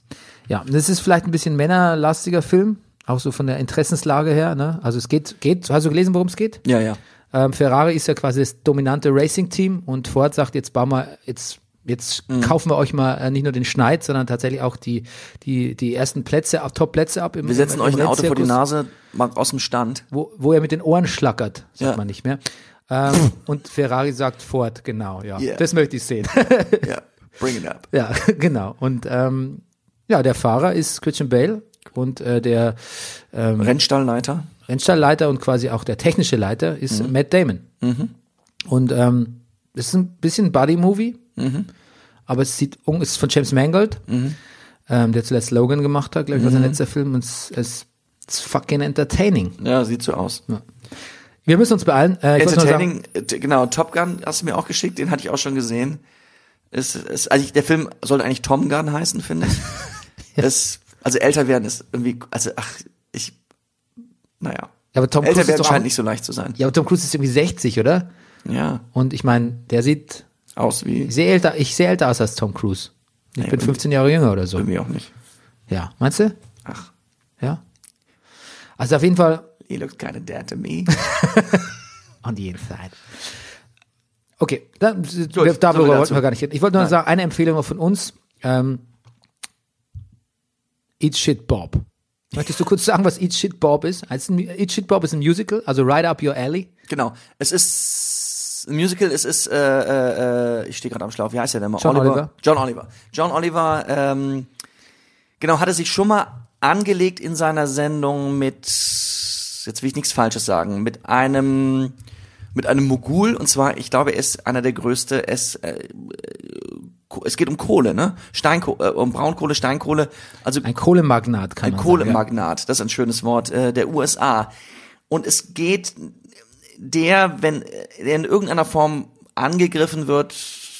Speaker 2: Ja, das ist vielleicht ein bisschen männerlastiger Film, auch so von der Interessenslage her. Ne? Also es geht, geht. Hast du gelesen, worum es geht?
Speaker 1: Ja, ja.
Speaker 2: Ähm, Ferrari ist ja quasi das dominante Racing Team und Ford sagt jetzt bauen wir jetzt Jetzt kaufen wir euch mal äh, nicht nur den Schneid, sondern tatsächlich auch die, die, die ersten Plätze, ab- Top-Plätze ab. Im,
Speaker 1: Wir setzen
Speaker 2: im,
Speaker 1: euch ein Auto vor die
Speaker 2: Rennzirkus,
Speaker 1: Nase, mal aus dem Stand.
Speaker 2: Wo, wo er mit den Ohren schlackert, sagt
Speaker 1: Ja.
Speaker 2: man nicht mehr. Ähm, und Ferrari sagt Ford, genau, ja.
Speaker 1: Yeah.
Speaker 2: Das möchte ich sehen.
Speaker 1: Ja, bring it up.
Speaker 2: Ja, genau. Und ähm, ja, der Fahrer ist Christian Bale und äh, der ähm,
Speaker 1: Rennstallleiter.
Speaker 2: Rennstallleiter und quasi auch der technische Leiter ist Matt Damon. Und ähm, es ist ein bisschen ein Buddy-Movie, aber es sieht un- es ist von James Mangold, ähm, der zuletzt Logan gemacht hat, glaube ich, war sein letzter Film. Und es es ist fucking entertaining.
Speaker 1: Ja, sieht so aus.
Speaker 2: Wir müssen uns beeilen. Äh, ich muss nur sagen,
Speaker 1: Entertaining, äh, genau, Top Gun hast du mir auch geschickt, den hatte ich auch schon gesehen. Ist, ist, also ich, der Film sollte eigentlich Tom Gun heißen, finde ich. Es, also älter werden ist irgendwie, also ach, ich, naja.
Speaker 2: aber Tom
Speaker 1: älter
Speaker 2: Cruise ist
Speaker 1: werden
Speaker 2: doch
Speaker 1: scheint
Speaker 2: auch-
Speaker 1: nicht so leicht zu sein.
Speaker 2: ja, aber Tom Cruise ist irgendwie 60, oder?
Speaker 1: Ja,
Speaker 2: Und ich meine, der sieht
Speaker 1: aus wie,
Speaker 2: Ich sehe älter, ich sehe älter aus als Tom Cruise. Ich bin
Speaker 1: irgendwie-
Speaker 2: 15 Jahre jünger oder so.
Speaker 1: irgendwie auch nicht.
Speaker 2: Ja, meinst du?
Speaker 1: Ach,
Speaker 2: Ja. Also auf jeden Fall
Speaker 1: he looks kinda dead to me.
Speaker 2: on the inside. Okay, dann,
Speaker 1: Gut, so
Speaker 2: darüber
Speaker 1: wieder
Speaker 2: wollten
Speaker 1: zu.
Speaker 2: wir gar nicht reden. Ich wollte nur sagen, eine Empfehlung von uns. Ähm, Eat Shit Bob. Möchtest du kurz sagen, was Eat Shit Bob ist? Es ist ein- Eat Shit Bob ist ein Musical, also Ride Up Your Alley.
Speaker 1: Genau. Es ist ein Musical, es ist, äh, äh, äh, ich stehe gerade am Schlauch, wie heißt der denn mal?
Speaker 2: John Oliver.
Speaker 1: John Oliver. John Oliver, ähm, genau, hatte sich schon mal angelegt in seiner Sendung mit, jetzt will ich nichts Falsches sagen, mit einem, mit einem Mogul, und zwar, ich glaube, er ist einer der größte, es, äh, Ko- es geht um Kohle, ne? Steinkohle, äh, um Braunkohle, Steinkohle, also
Speaker 2: Ein Kohlemagnat kann
Speaker 1: ein
Speaker 2: man
Speaker 1: Kohlemagnat, das ist ein schönes Wort, äh, der USA. Und es geht der, wenn er in irgendeiner Form angegriffen wird,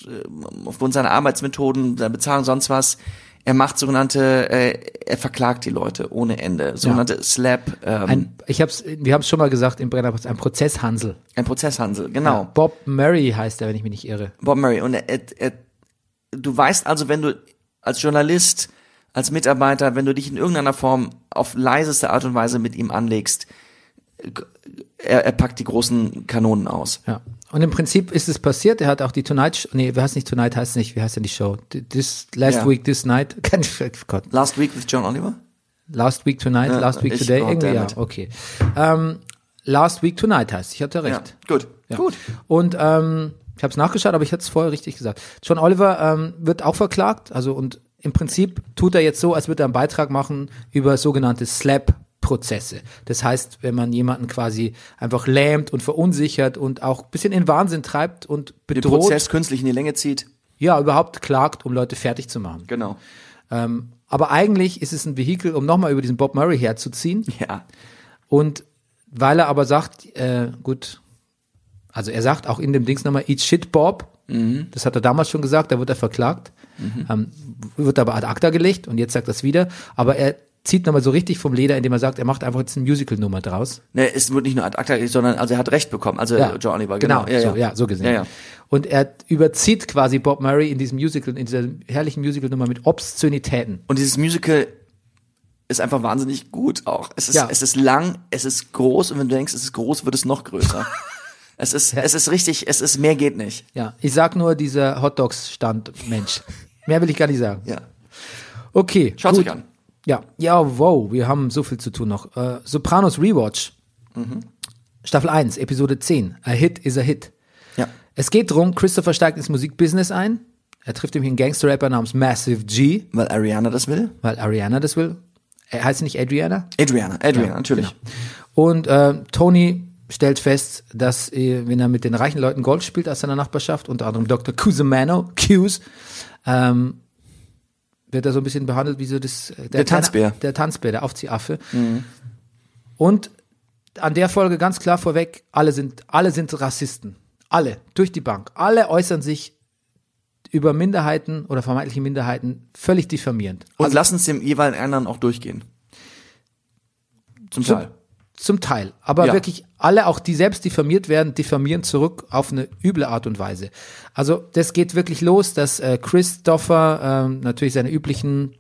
Speaker 1: äh, aufgrund seiner Arbeitsmethoden, seiner Bezahlung, sonst was, er macht sogenannte, äh, er verklagt die Leute ohne Ende, sogenannte Slap, ähm,
Speaker 2: sagen.
Speaker 1: ein,
Speaker 2: Ein, ich hab's, wir haben es schon mal gesagt im Brennerpass, ein Prozesshansel.
Speaker 1: Prozesshansel, genau.
Speaker 2: Bob Murray heißt er, wenn ich mich nicht irre.
Speaker 1: Bob Murray. Und er, er, er, du weißt also, wenn du als Journalist, als Mitarbeiter, wenn du dich in irgendeiner Form auf leiseste Art und Weise mit ihm anlegst, g- er, er packt die großen Kanonen aus.
Speaker 2: Ja. Und im Prinzip ist es passiert. Er hat auch die Tonight, Sh- nee, wie heißt nicht Tonight, heißt nicht, wie heißt denn die Show? Th- This Last
Speaker 1: Ja.
Speaker 2: Week, This Night, Kein- oh Gott,
Speaker 1: Last Week with John Oliver?
Speaker 2: Last Week Tonight,
Speaker 1: Ja,
Speaker 2: Last Week
Speaker 1: ich-
Speaker 2: Today,
Speaker 1: oh,
Speaker 2: irgendwie ja,
Speaker 1: dammit.
Speaker 2: okay. Ähm, last Week Tonight heißt. Ich hatte
Speaker 1: Ja,
Speaker 2: recht.
Speaker 1: gut.
Speaker 2: Ja. Gut. Und ähm, ich habe es nachgeschaut, aber ich hatte es vorher richtig gesagt. John Oliver ähm, wird auch verklagt, also und im Prinzip tut er jetzt so, als würde er einen Beitrag machen über sogenannte Slap. Prozesse. Das heißt, wenn man jemanden quasi einfach lähmt und verunsichert und auch ein bisschen in Wahnsinn treibt und
Speaker 1: Den
Speaker 2: bedroht,
Speaker 1: Prozess künstlich in die Länge zieht.
Speaker 2: ja, überhaupt klagt, um Leute fertig zu machen.
Speaker 1: Genau.
Speaker 2: Aber eigentlich ist es ein Vehikel, um nochmal über diesen Bob Murray herzuziehen.
Speaker 1: Ja.
Speaker 2: Und weil er aber sagt, äh, gut, also er sagt auch in dem Dings nochmal, eat shit, Bob.
Speaker 1: Mhm.
Speaker 2: Das hat er damals schon gesagt, da wird er verklagt. Ähm, wird aber ad acta gelegt und jetzt sagt er es wieder. Aber er zieht nochmal so richtig vom Leder, indem er sagt, er macht einfach jetzt eine Musical-Nummer draus.
Speaker 1: Ne, es wird nicht nur ad acta gelegt, sondern also er hat Recht bekommen. Also John Oliver, genau.
Speaker 2: so, ja. so gesehen.
Speaker 1: Ja, ja.
Speaker 2: Und er überzieht quasi Bob Murray in diesem Musical, in dieser herrlichen Musical-Nummer mit Obszönitäten.
Speaker 1: Und dieses Musical ist einfach wahnsinnig gut auch. Es ist,
Speaker 2: Ja.
Speaker 1: es ist lang, es ist groß und wenn du denkst, es ist groß, wird es noch größer. es ist, es ist richtig, es ist, mehr geht nicht.
Speaker 2: Ja, ich sag nur dieser Hotdogs-Stand-Mensch. Mehr will ich gar nicht sagen.
Speaker 1: Ja.
Speaker 2: Okay.
Speaker 1: Schaut's
Speaker 2: gut.
Speaker 1: euch an.
Speaker 2: Ja. Ja, wow, wir haben so viel zu tun noch. Äh, Sopranos Rewatch.
Speaker 1: Mhm.
Speaker 2: Staffel 1, Episode 10. A Hit is a Hit.
Speaker 1: Ja.
Speaker 2: Es geht drum, Christopher steigt ins Musikbusiness ein. Er trifft nämlich einen Gangster-Rapper namens Massive G,
Speaker 1: Weil Ariana das will?
Speaker 2: weil Ariana das will. Er heißt sie nicht Adriana?
Speaker 1: Adriana, Adriana, natürlich.
Speaker 2: Und äh, Tony stellt fest, dass äh, wenn er mit den reichen Leuten Golf spielt aus seiner Nachbarschaft, unter anderem Dr. Cusimano, Cuse, ähm, wird er so ein bisschen behandelt wie so das, äh, der, kleine-
Speaker 1: Tanzbär. Mhm.
Speaker 2: Der Tanzbär, der Aufziehaffe. Und an der Folge ganz klar vorweg, alle sind, alle sind Rassisten. Alle, durch die Bank. Alle äußern sich über Minderheiten oder vermeintliche Minderheiten völlig diffamierend.
Speaker 1: Und Also lass uns dem jeweiligen anderen auch durchgehen. Zum Teil.
Speaker 2: Zum Teil. Aber
Speaker 1: Ja.
Speaker 2: wirklich alle, auch die selbst diffamiert werden, diffamieren zurück auf eine üble Art und Weise. Also das geht wirklich los, dass äh, Christopher ähm, natürlich seine üblichen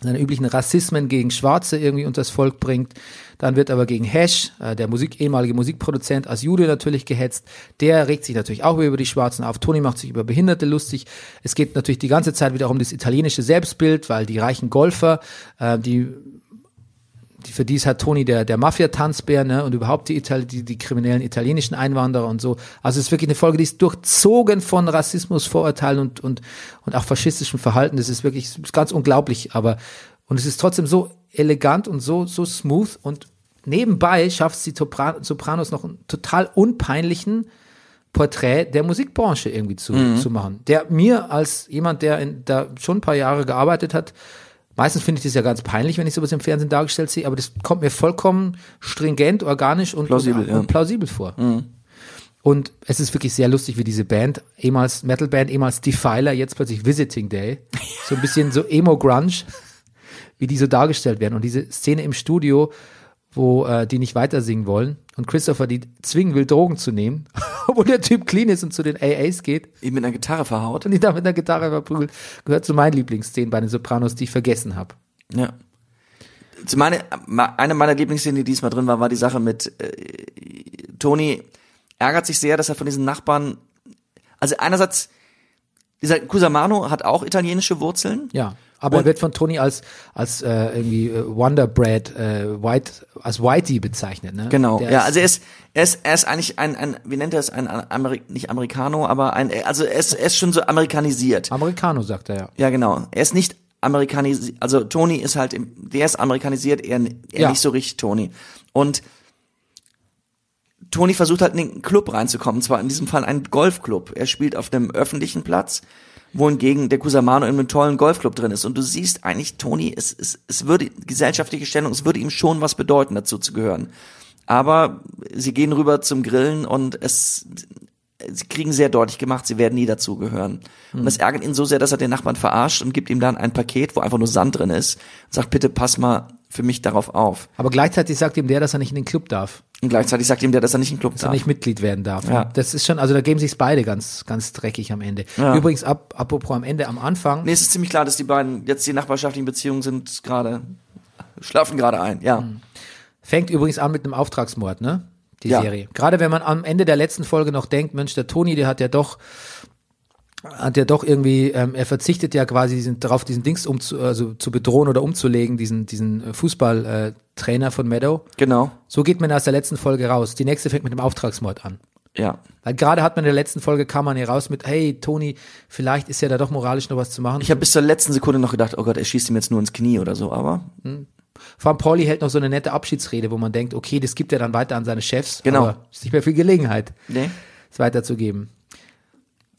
Speaker 2: seine üblichen Rassismen gegen Schwarze irgendwie unters Volk bringt. Dann wird aber gegen Hesch, äh, der Musik, ehemalige Musikproduzent, als Jude natürlich gehetzt. Der regt sich natürlich auch über die Schwarzen auf. Toni macht sich über Behinderte lustig. Es geht natürlich die ganze Zeit wieder um das italienische Selbstbild, weil die reichen Golfer, äh, die die, für die ist halt Toni der, der Mafia-Tanzbär ne? und überhaupt die, Itali die, die kriminellen italienischen Einwanderer und so. Also es ist wirklich eine Folge, die ist durchzogen von Rassismus, Vorurteilen und, und, und auch faschistischem Verhalten. Das ist wirklich das ist ganz unglaublich, aber und es ist trotzdem so elegant und so, so smooth und nebenbei schafft sie Topra- Sopranos noch einen total unpeinlichen Porträt der Musikbranche irgendwie zu,
Speaker 1: Mhm.
Speaker 2: zu machen. Der mir als jemand, der in, da schon ein paar Jahre gearbeitet hat, Meistens finde ich das ja ganz peinlich, wenn ich sowas im Fernsehen dargestellt sehe, aber das kommt mir vollkommen stringent, organisch und
Speaker 1: Plausibel,
Speaker 2: und,
Speaker 1: ja. Mhm.
Speaker 2: und plausibel vor. Und es ist wirklich sehr lustig, wie diese Band, ehemals Metalband, ehemals Defiler, jetzt plötzlich Visiting Day, so ein bisschen so Emo-Grunge, wie die so dargestellt werden. Und diese Szene im Studio, wo äh, die nicht weiter singen wollen und Christopher die zwingen will, Drogen zu nehmen, obwohl der Typ clean ist und zu den AAs geht
Speaker 1: Ihn mit einer Gitarre verhaut.
Speaker 2: und die da mit der Gitarre verprügelt, gehört zu meinen Lieblingsszenen bei den Sopranos, die ich vergessen habe.
Speaker 1: Ja. Zu Meine, ma- eine meiner Lieblingsszenen, die diesmal drin war, war die Sache mit äh, Tony ärgert sich sehr, dass er von diesen Nachbarn, also einerseits, dieser Cusamano hat auch italienische Wurzeln.
Speaker 2: Ja, aber
Speaker 1: Und-
Speaker 2: er wird von Tony als als äh, irgendwie äh, Wonderbread äh, White als Whitey bezeichnet, ne?
Speaker 1: Genau,
Speaker 2: Der
Speaker 1: ja,
Speaker 2: ist-
Speaker 1: also er ist, er ist, er ist eigentlich ein, ein, wie nennt er es, ein Ameri nicht Americano, aber ein, also er ist, er ist schon so amerikanisiert.
Speaker 2: Americano sagt er ja.
Speaker 1: Ja, genau. Er ist nicht amerikanisiert, also Tony ist halt, im, der ist amerikanisiert, er, er
Speaker 2: Ja.
Speaker 1: nicht so richtig Tony. Und Tony versucht halt in den Club reinzukommen, zwar in diesem Fall einen Golfclub. Er spielt auf einem öffentlichen Platz, wohingegen der Cusamano in einem tollen Golfclub drin ist. Und du siehst eigentlich, Tony, es, es, es würde, gesellschaftliche Stellung, es würde ihm schon was bedeuten, dazu zu gehören. Aber sie gehen rüber zum Grillen und es, sie kriegen sehr deutlich gemacht, sie werden nie dazugehören. Und
Speaker 2: Hm.
Speaker 1: das ärgert ihn so sehr, dass er den Nachbarn verarscht und gibt ihm dann ein Paket, wo einfach nur Sand drin ist und sagt, bitte pass mal für mich darauf auf.
Speaker 2: Aber gleichzeitig sagt ihm der, dass er nicht in den Club darf,
Speaker 1: Und gleichzeitig sagt ihm der, dass er nicht im Club
Speaker 2: dass er
Speaker 1: darf.
Speaker 2: nicht Mitglied werden darf.
Speaker 1: Ja.
Speaker 2: Ja. Das ist schon, also da geben sich's beide ganz ganz dreckig am Ende. Übrigens ab apropos am Ende am Anfang.
Speaker 1: Nee, es ist ziemlich klar, dass die beiden jetzt die nachbarschaftlichen Beziehungen sind gerade, schlafen gerade ein, ja.
Speaker 2: Hm. Fängt übrigens an mit einem Auftragsmord, ne? Die
Speaker 1: Ja.
Speaker 2: Serie. Gerade wenn man am Ende der letzten Folge noch denkt, Mensch, der Toni, der hat ja doch, hat ja doch irgendwie, ähm, er verzichtet ja quasi diesen, darauf, diesen Dings umzu, also zu bedrohen oder umzulegen, diesen, diesen Fußballtrainer äh, Trainer von Meadow.
Speaker 1: Genau,
Speaker 2: So geht man aus der letzten Folge raus. Die nächste fängt mit einem Auftragsmord an.
Speaker 1: ja.
Speaker 2: Weil gerade hat man in der letzten Folge kam man hier raus mit, hey Toni, vielleicht ist ja da doch moralisch noch was zu machen.
Speaker 1: Ich habe bis zur letzten Sekunde noch gedacht, oh Gott, er schießt ihm jetzt nur ins Knie oder so, aber
Speaker 2: Vor allem Pauli hält noch so eine nette Abschiedsrede, wo man denkt, okay, das gibt er dann weiter an seine Chefs.
Speaker 1: Genau.
Speaker 2: Aber ist nicht mehr viel Gelegenheit.
Speaker 1: nee.
Speaker 2: es weiterzugeben.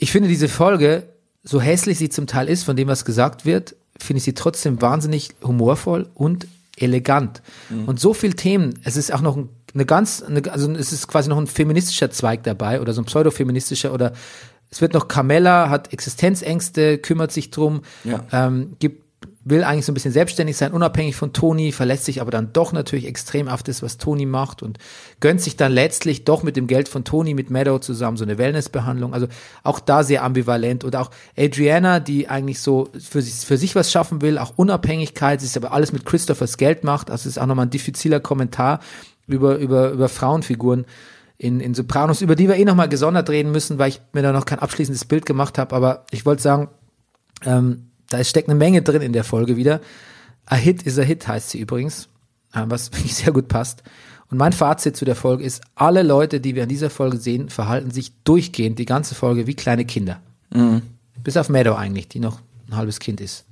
Speaker 2: Ich finde diese Folge, so hässlich sie zum Teil ist, von dem, was gesagt wird, finde ich sie trotzdem wahnsinnig humorvoll und elegant.
Speaker 1: Mhm.
Speaker 2: Und so viel Themen, es ist auch noch ein, eine ganz, eine, also es ist quasi noch ein feministischer Zweig dabei oder so ein pseudofeministischer oder es wird noch Carmella, hat Existenzängste, kümmert sich drum,
Speaker 1: Ja.
Speaker 2: ähm, gibt, will eigentlich so ein bisschen selbstständig sein, unabhängig von Toni, verlässt sich aber dann doch natürlich extrem auf das, was Toni macht und gönnt sich dann letztlich doch mit dem Geld von Toni mit Meadow zusammen so eine Wellnessbehandlung. Also auch da sehr ambivalent und auch Adriana, die eigentlich so für sich, für sich was schaffen will, auch Unabhängigkeit, sie ist aber alles mit Christophers Geld macht. Also es ist auch nochmal ein diffiziler Kommentar über, über, über Frauenfiguren in, in Sopranos, über die wir eh nochmal gesondert reden müssen, weil ich mir da noch kein abschließendes Bild gemacht habe. Aber ich wollte sagen, ähm, da steckt eine Menge drin in der Folge wieder. A Hit is a Hit heißt sie übrigens, äh, was wirklich sehr gut passt. Und mein Fazit zu der Folge ist, alle Leute, die wir an dieser Folge sehen, verhalten sich durchgehend die ganze Folge wie kleine Kinder.
Speaker 1: Mhm.
Speaker 2: Bis auf Meadow eigentlich, die noch ein halbes Kind ist.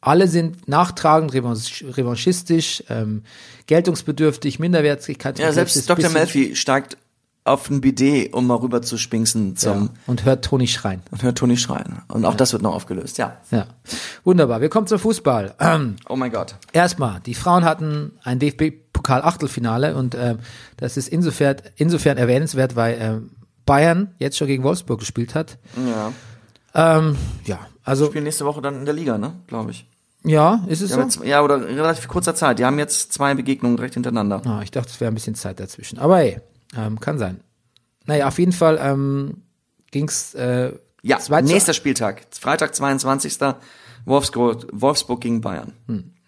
Speaker 2: Alle sind nachtragend, revanch- revanchistisch, ähm, geltungsbedürftig, Minderwertigkeit.
Speaker 1: Ja, selbst Dr. Melfi steigt auf ein Bidet, um mal rüber zu spinksen zum,
Speaker 2: Und hört Toni schreien.
Speaker 1: und hört Toni schreien. Und auch das wird noch aufgelöst, ja.
Speaker 2: Ja. Wunderbar. Wir kommen zum Fußball.
Speaker 1: Oh mein Gott.
Speaker 2: Erstmal, die Frauen hatten ein DFB-Pokal-Achtelfinale und ähm, das ist insofern, insofern erwähnenswert, weil ähm, Bayern jetzt schon gegen Wolfsburg gespielt hat.
Speaker 1: Ja.
Speaker 2: Ähm, ja, also
Speaker 1: Spielen nächste Woche dann in der Liga, ne? Glaube ich.
Speaker 2: ja, ist es
Speaker 1: Ja,
Speaker 2: so?
Speaker 1: mit z- ja, oder in relativ kurzer Zeit. Die haben jetzt zwei Begegnungen direkt hintereinander.
Speaker 2: Ah, ich dachte, es wäre ein bisschen Zeit dazwischen. Aber hey, ähm, kann sein. Naja, auf jeden Fall ähm, ging's äh,
Speaker 1: Ja,
Speaker 2: Zwei zu-
Speaker 1: nächster Spieltag. Freitag, 22. Wolfsburg, Wolfsburg gegen Bayern.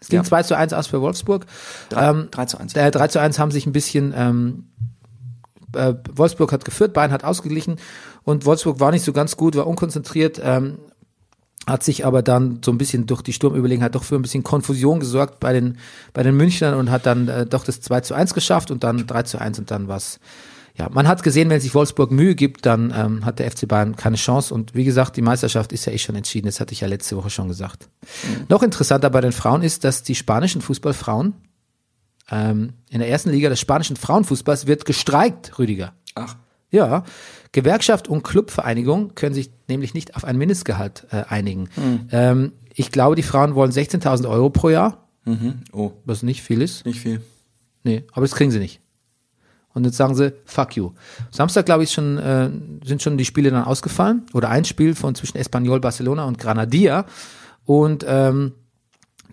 Speaker 2: Es ging
Speaker 1: Ja.
Speaker 2: 2 zu 1 aus für Wolfsburg.
Speaker 1: Drei- 3 zu 1.
Speaker 2: Äh, 3 zu 1 haben sich ein bisschen, ähm, äh, Wolfsburg hat geführt, Bayern hat ausgeglichen und Wolfsburg war nicht so ganz gut, war unkonzentriert, ähm, hat sich aber dann so ein bisschen durch die Sturmüberlegenheit doch für ein bisschen Konfusion gesorgt bei den, bei den Münchnern und hat dann äh, doch das 2 zu 1 geschafft und dann 3 zu 1 und dann was. Ja, man hat gesehen, wenn sich Wolfsburg Mühe gibt, dann ähm, hat der FC Bayern keine Chance. Und wie gesagt, die Meisterschaft ist ja eh schon entschieden. Das hatte ich ja letzte Woche schon gesagt. Noch interessanter bei den Frauen ist, dass die spanischen Fußballfrauen ähm, in der ersten Liga des spanischen Frauenfußballs wird gestreikt, Rüdiger.
Speaker 1: Ach,
Speaker 2: Ja, Gewerkschaft und Clubvereinigung können sich nämlich nicht auf ein Mindestgehalt äh, einigen. Ähm, ich glaube, die Frauen wollen 16.000 Euro pro Jahr,
Speaker 1: oh,
Speaker 2: was nicht viel ist.
Speaker 1: nicht viel.
Speaker 2: Nee, aber das kriegen sie nicht. Und jetzt sagen sie, fuck you. Samstag, glaube ich, ist schon, äh, sind schon die Spiele dann ausgefallen. Oder ein Spiel von zwischen Espanyol, Barcelona und Granadilla. Und ähm,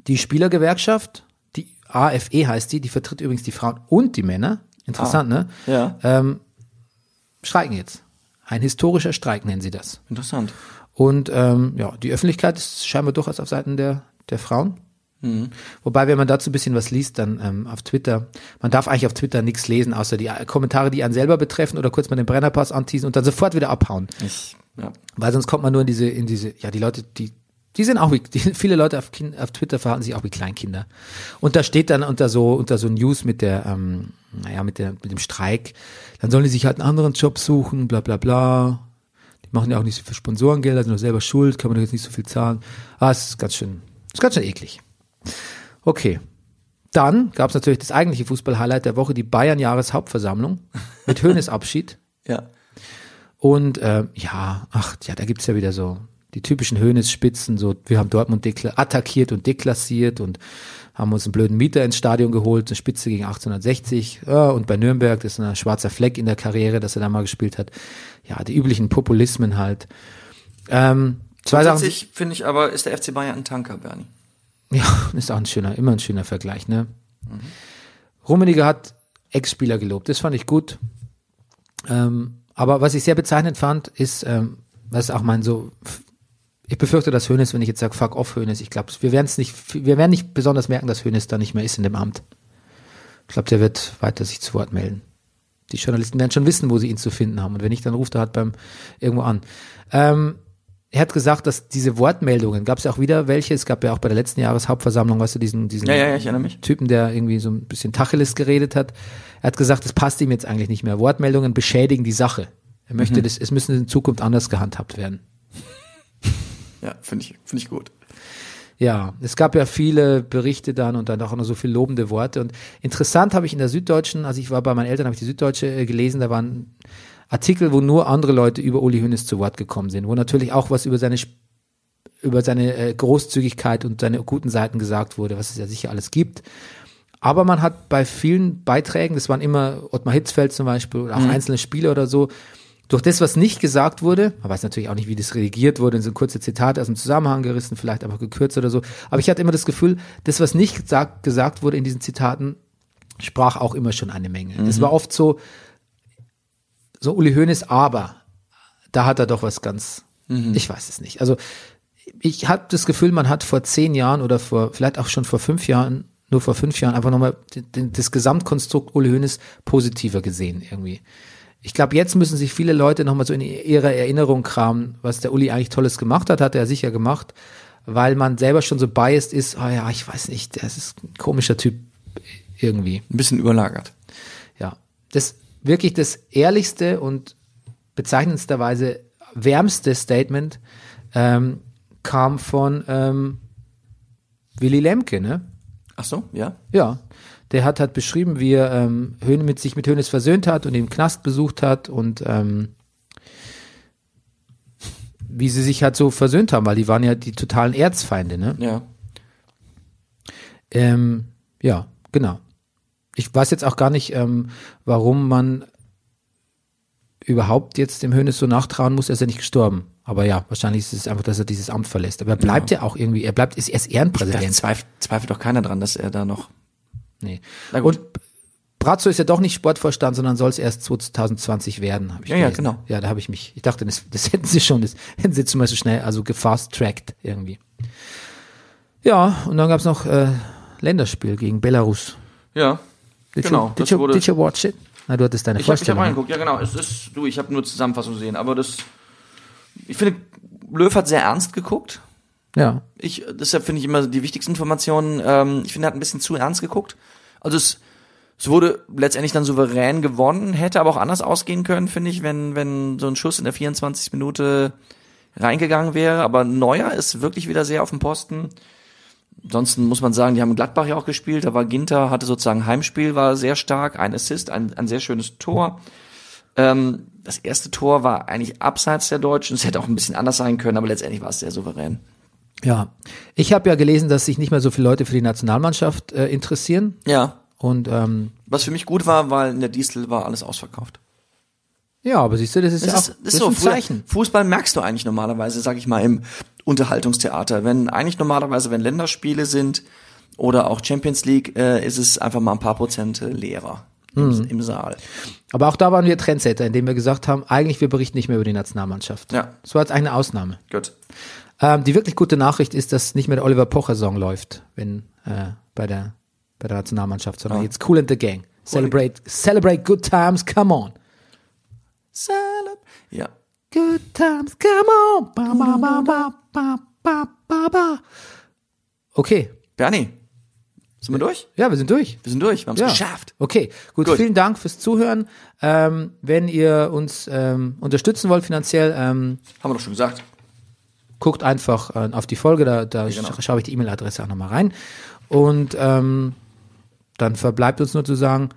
Speaker 2: die Spielergewerkschaft, die AFE heißt die, die vertritt übrigens die Frauen und die Männer. Interessant, ne?
Speaker 1: Ja, Äh,
Speaker 2: Ähm, streiken jetzt. Ein historischer Streik nennen sie das.
Speaker 1: interessant.
Speaker 2: Und ähm, ja, die Öffentlichkeit ist scheinbar durchaus auf Seiten der, der Frauen. Wobei, wenn man dazu ein bisschen was liest, dann ähm, auf Twitter, man darf eigentlich auf Twitter nichts lesen, außer die äh, Kommentare, die einen selber betreffen oder kurz mal den Brennerpass anteasen und dann sofort wieder abhauen.
Speaker 1: Ich, ja.
Speaker 2: Weil sonst kommt man nur in diese, in diese, ja, die Leute, die, die sind auch wie, die, viele Leute auf, kind, auf Twitter verhalten sich auch wie Kleinkinder. Und da steht dann unter so, unter so News mit der, ähm, naja, mit der, mit dem Streik, dann sollen die sich halt einen anderen Job suchen, bla, bla, bla. Die machen ja auch nicht so viel Sponsorengelder, sind doch selber schuld, kann man doch jetzt nicht so viel zahlen. Ah, es ist ganz schön, ist ganz schön eklig. Okay. Dann gab es natürlich das eigentliche Fußball-Highlight der Woche, die Bayern-Jahreshauptversammlung mit Höhnes Abschied.
Speaker 1: Ja.
Speaker 2: Und ähm, ja, ach ja, da gibt's ja wieder so die typischen Höhnesspitzen, so wir haben Dortmund dekla attackiert und deklassiert und haben uns einen blöden Mieter ins Stadion geholt, eine Spitze gegen 1860 ja, und bei Nürnberg, das ist ein schwarzer Fleck in der Karriere, dass er da mal gespielt hat. Ja, die üblichen Populismen halt. Ähm, zwei Sachen.
Speaker 1: Grundsätzlich finde ich aber, ist der FC Bayern ein Tanker, Bernie.
Speaker 2: Ja, ist auch ein schöner, immer ein schöner Vergleich, ne? Rummeniger hat Ex-Spieler gelobt, das fand ich gut. Ähm, aber was ich sehr bezeichnend fand, ist, ähm, was auch mein so, ich befürchte, dass Hönes, wenn ich jetzt sage, fuck off Hönes, ich glaube, wir werden es nicht, wir werden nicht besonders merken, dass Hönes da nicht mehr ist in dem Amt. Ich glaube, der wird weiter sich zu Wort melden. Die Journalisten werden schon wissen, wo sie ihn zu finden haben. Und wenn nicht, dann ruft er halt beim irgendwo an. Ähm, er hat gesagt, dass diese Wortmeldungen, gab es ja auch wieder welche, es gab ja auch bei der letzten Jahreshauptversammlung, weißt du, diesen, diesen
Speaker 1: Ja, ja, ja, ich erinnere mich.
Speaker 2: Typen, der irgendwie so ein bisschen Tacheles geredet hat. Er hat gesagt, das passt ihm jetzt eigentlich nicht mehr. Wortmeldungen beschädigen die Sache. Er möchte,
Speaker 1: Mhm.
Speaker 2: das, es müssen in Zukunft anders gehandhabt werden.
Speaker 1: Ja, finde ich, finde ich gut.
Speaker 2: Ja, es gab ja viele Berichte dann und dann auch noch so viel lobende Worte. Und interessant habe ich in der Süddeutschen, also ich war bei meinen Eltern, habe ich die Süddeutsche äh, gelesen, da waren Artikel, wo nur andere Leute über Uli Hoeneß zu Wort gekommen sind, wo natürlich auch was über seine Sp- über seine äh, Großzügigkeit und seine guten Seiten gesagt wurde, was es ja sicher alles gibt. Aber man hat bei vielen Beiträgen, das waren immer Ottmar Hitzfeld zum Beispiel oder auch einzelne Spiele oder so, durch das, was nicht gesagt wurde, man weiß natürlich auch nicht, wie das redigiert wurde, so kurze Zitate aus dem Zusammenhang gerissen, vielleicht einfach gekürzt oder so, aber ich hatte immer das Gefühl, das, was nicht gesagt, gesagt wurde in diesen Zitaten, sprach auch immer schon eine Menge. Das war oft so, so Uli Hoeneß, aber da hat er doch was ganz, ich weiß es nicht. Also ich habe das Gefühl, man hat vor zehn Jahren oder vor, vielleicht auch schon vor fünf Jahren, nur vor fünf Jahren, einfach nochmal d- d- das Gesamtkonstrukt Uli Hoeneß positiver gesehen irgendwie. Ich glaube, jetzt müssen sich viele Leute nochmal so in ihrer Erinnerung kramen, was der Uli eigentlich Tolles gemacht hat, hat er sicher gemacht, weil man selber schon so biased ist, ah ja, ich weiß nicht, das ist ein komischer Typ irgendwie
Speaker 1: Ein bisschen überlagert.
Speaker 2: ja, das wirklich das ehrlichste und bezeichnendsterweise wärmste Statement ähm, kam von ähm, Willy Lemke, ne?
Speaker 1: Ach so, ja.
Speaker 2: Ja. Der hat halt beschrieben, wie er ähm, Höhne mit sich mit Hönes versöhnt hat und ihn im Knast besucht hat und ähm, wie sie sich halt so versöhnt haben, weil die waren ja die totalen Erzfeinde, ne?
Speaker 1: Ja.
Speaker 2: Ähm, ja, genau. Ich weiß jetzt auch gar nicht, ähm, warum man überhaupt jetzt dem Hönes so nachtrauen muss, er ist ja nicht gestorben. Aber ja, wahrscheinlich ist es einfach, dass er dieses Amt verlässt. Aber er
Speaker 1: Genau.
Speaker 2: bleibt ja, auch irgendwie, er bleibt, ist erst
Speaker 1: Da
Speaker 2: Ehrenpräsident.
Speaker 1: zweifelt, zweifelt doch keiner dran, dass er da noch.
Speaker 2: Nee.
Speaker 1: Na
Speaker 2: Und
Speaker 1: gut.
Speaker 2: Brazzo ist ja doch nicht Sportvorstand, sondern soll es erst 2020 werden, habe ich
Speaker 1: Ja, ja,
Speaker 2: gelesen.
Speaker 1: genau.
Speaker 2: Ja, da habe ich mich, ich dachte, das, das hätten sie schon, das hätten sie zumeist so schnell, also gefast-tracked irgendwie. Ja, und dann gab es noch äh, Länderspiel gegen Belarus.
Speaker 1: Ja.
Speaker 2: Did
Speaker 1: genau.
Speaker 2: You, did, you, did you watch it? Na, du hattest deine
Speaker 1: Ich habe hab
Speaker 2: Vorstellung.
Speaker 1: reingeguckt, ja genau. Es ist, du, ich habe nur Zusammenfassung gesehen, aber das. Ich finde, Löw hat sehr ernst geguckt.
Speaker 2: ja.
Speaker 1: Ich, deshalb finde ich immer die wichtigsten Informationen, ähm, ich finde, er hat ein bisschen zu ernst geguckt. Also es, es wurde letztendlich dann souverän gewonnen, hätte aber auch anders ausgehen können, finde ich, wenn, wenn so ein Schuss in der 24. Minute reingegangen wäre. Aber Neuer ist wirklich wieder sehr auf dem Posten. Ansonsten muss man sagen, die haben in Gladbach ja auch gespielt, da war Ginter, hatte sozusagen Heimspiel, war sehr stark, ein Assist, ein, ein sehr schönes Tor. Ähm, das erste Tor war eigentlich abseits der Deutschen, es hätte auch ein bisschen anders sein können, aber letztendlich war es sehr souverän.
Speaker 2: Ja, ich habe ja gelesen, dass sich nicht mehr so viele Leute für die Nationalmannschaft äh, interessieren.
Speaker 1: Ja,
Speaker 2: Und ähm,
Speaker 1: Was für mich gut war, weil in der Distel war alles ausverkauft.
Speaker 2: ja, aber siehst du, das ist ja auch
Speaker 1: Das ist, das ist so
Speaker 2: ein
Speaker 1: früher-
Speaker 2: Zeichen.
Speaker 1: Fußball merkst du eigentlich normalerweise, sag ich mal, im Unterhaltungstheater. Wenn eigentlich normalerweise, wenn Länderspiele sind oder auch Champions League, äh, ist es einfach mal ein paar Prozent äh, leerer
Speaker 2: Hm.
Speaker 1: im, im Saal.
Speaker 2: Aber auch da waren wir Trendsetter, indem wir gesagt haben, eigentlich wir berichten nicht mehr über die Nationalmannschaft.
Speaker 1: Ja.
Speaker 2: Das war jetzt eine Ausnahme.
Speaker 1: Gut.
Speaker 2: Ähm, die wirklich gute Nachricht ist, dass nicht mehr der Oliver Pocher-Song läuft, wenn äh, bei der bei der Nationalmannschaft, sondern jetzt Cool and the Gang. Celebrate, celebrate good times, come on.
Speaker 1: Salad. Ja.
Speaker 2: Good times, come on. Ba, ba, ba, ba, ba, ba, ba, ba. Okay,
Speaker 1: Bernie, sind wir durch?
Speaker 2: ja, wir sind durch.
Speaker 1: Wir sind durch, wir haben es geschafft.
Speaker 2: Okay, gut,
Speaker 1: Gut.
Speaker 2: Vielen Dank fürs Zuhören. Ähm, wenn ihr uns ähm, unterstützen wollt finanziell, ähm,
Speaker 1: Haben wir doch schon gesagt.
Speaker 2: guckt einfach äh, auf die Folge. Da, da
Speaker 1: genau.
Speaker 2: scha schaue ich die E-Mail-Adresse auch nochmal rein. Und ähm, dann verbleibt uns nur zu sagen,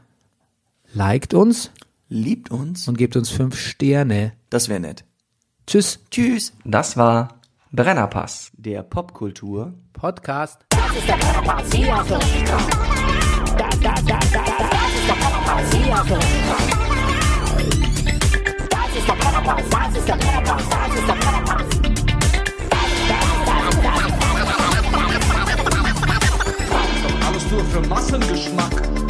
Speaker 2: liked uns
Speaker 1: Liebt uns.
Speaker 2: und gebt uns fünf Sterne.
Speaker 1: Das wäre nett.
Speaker 2: Tschüss.
Speaker 1: Tschüss.
Speaker 3: Das war Brennerpass.
Speaker 1: Der Popkultur.
Speaker 2: Podcast.
Speaker 5: Alles nur für Massengeschmack.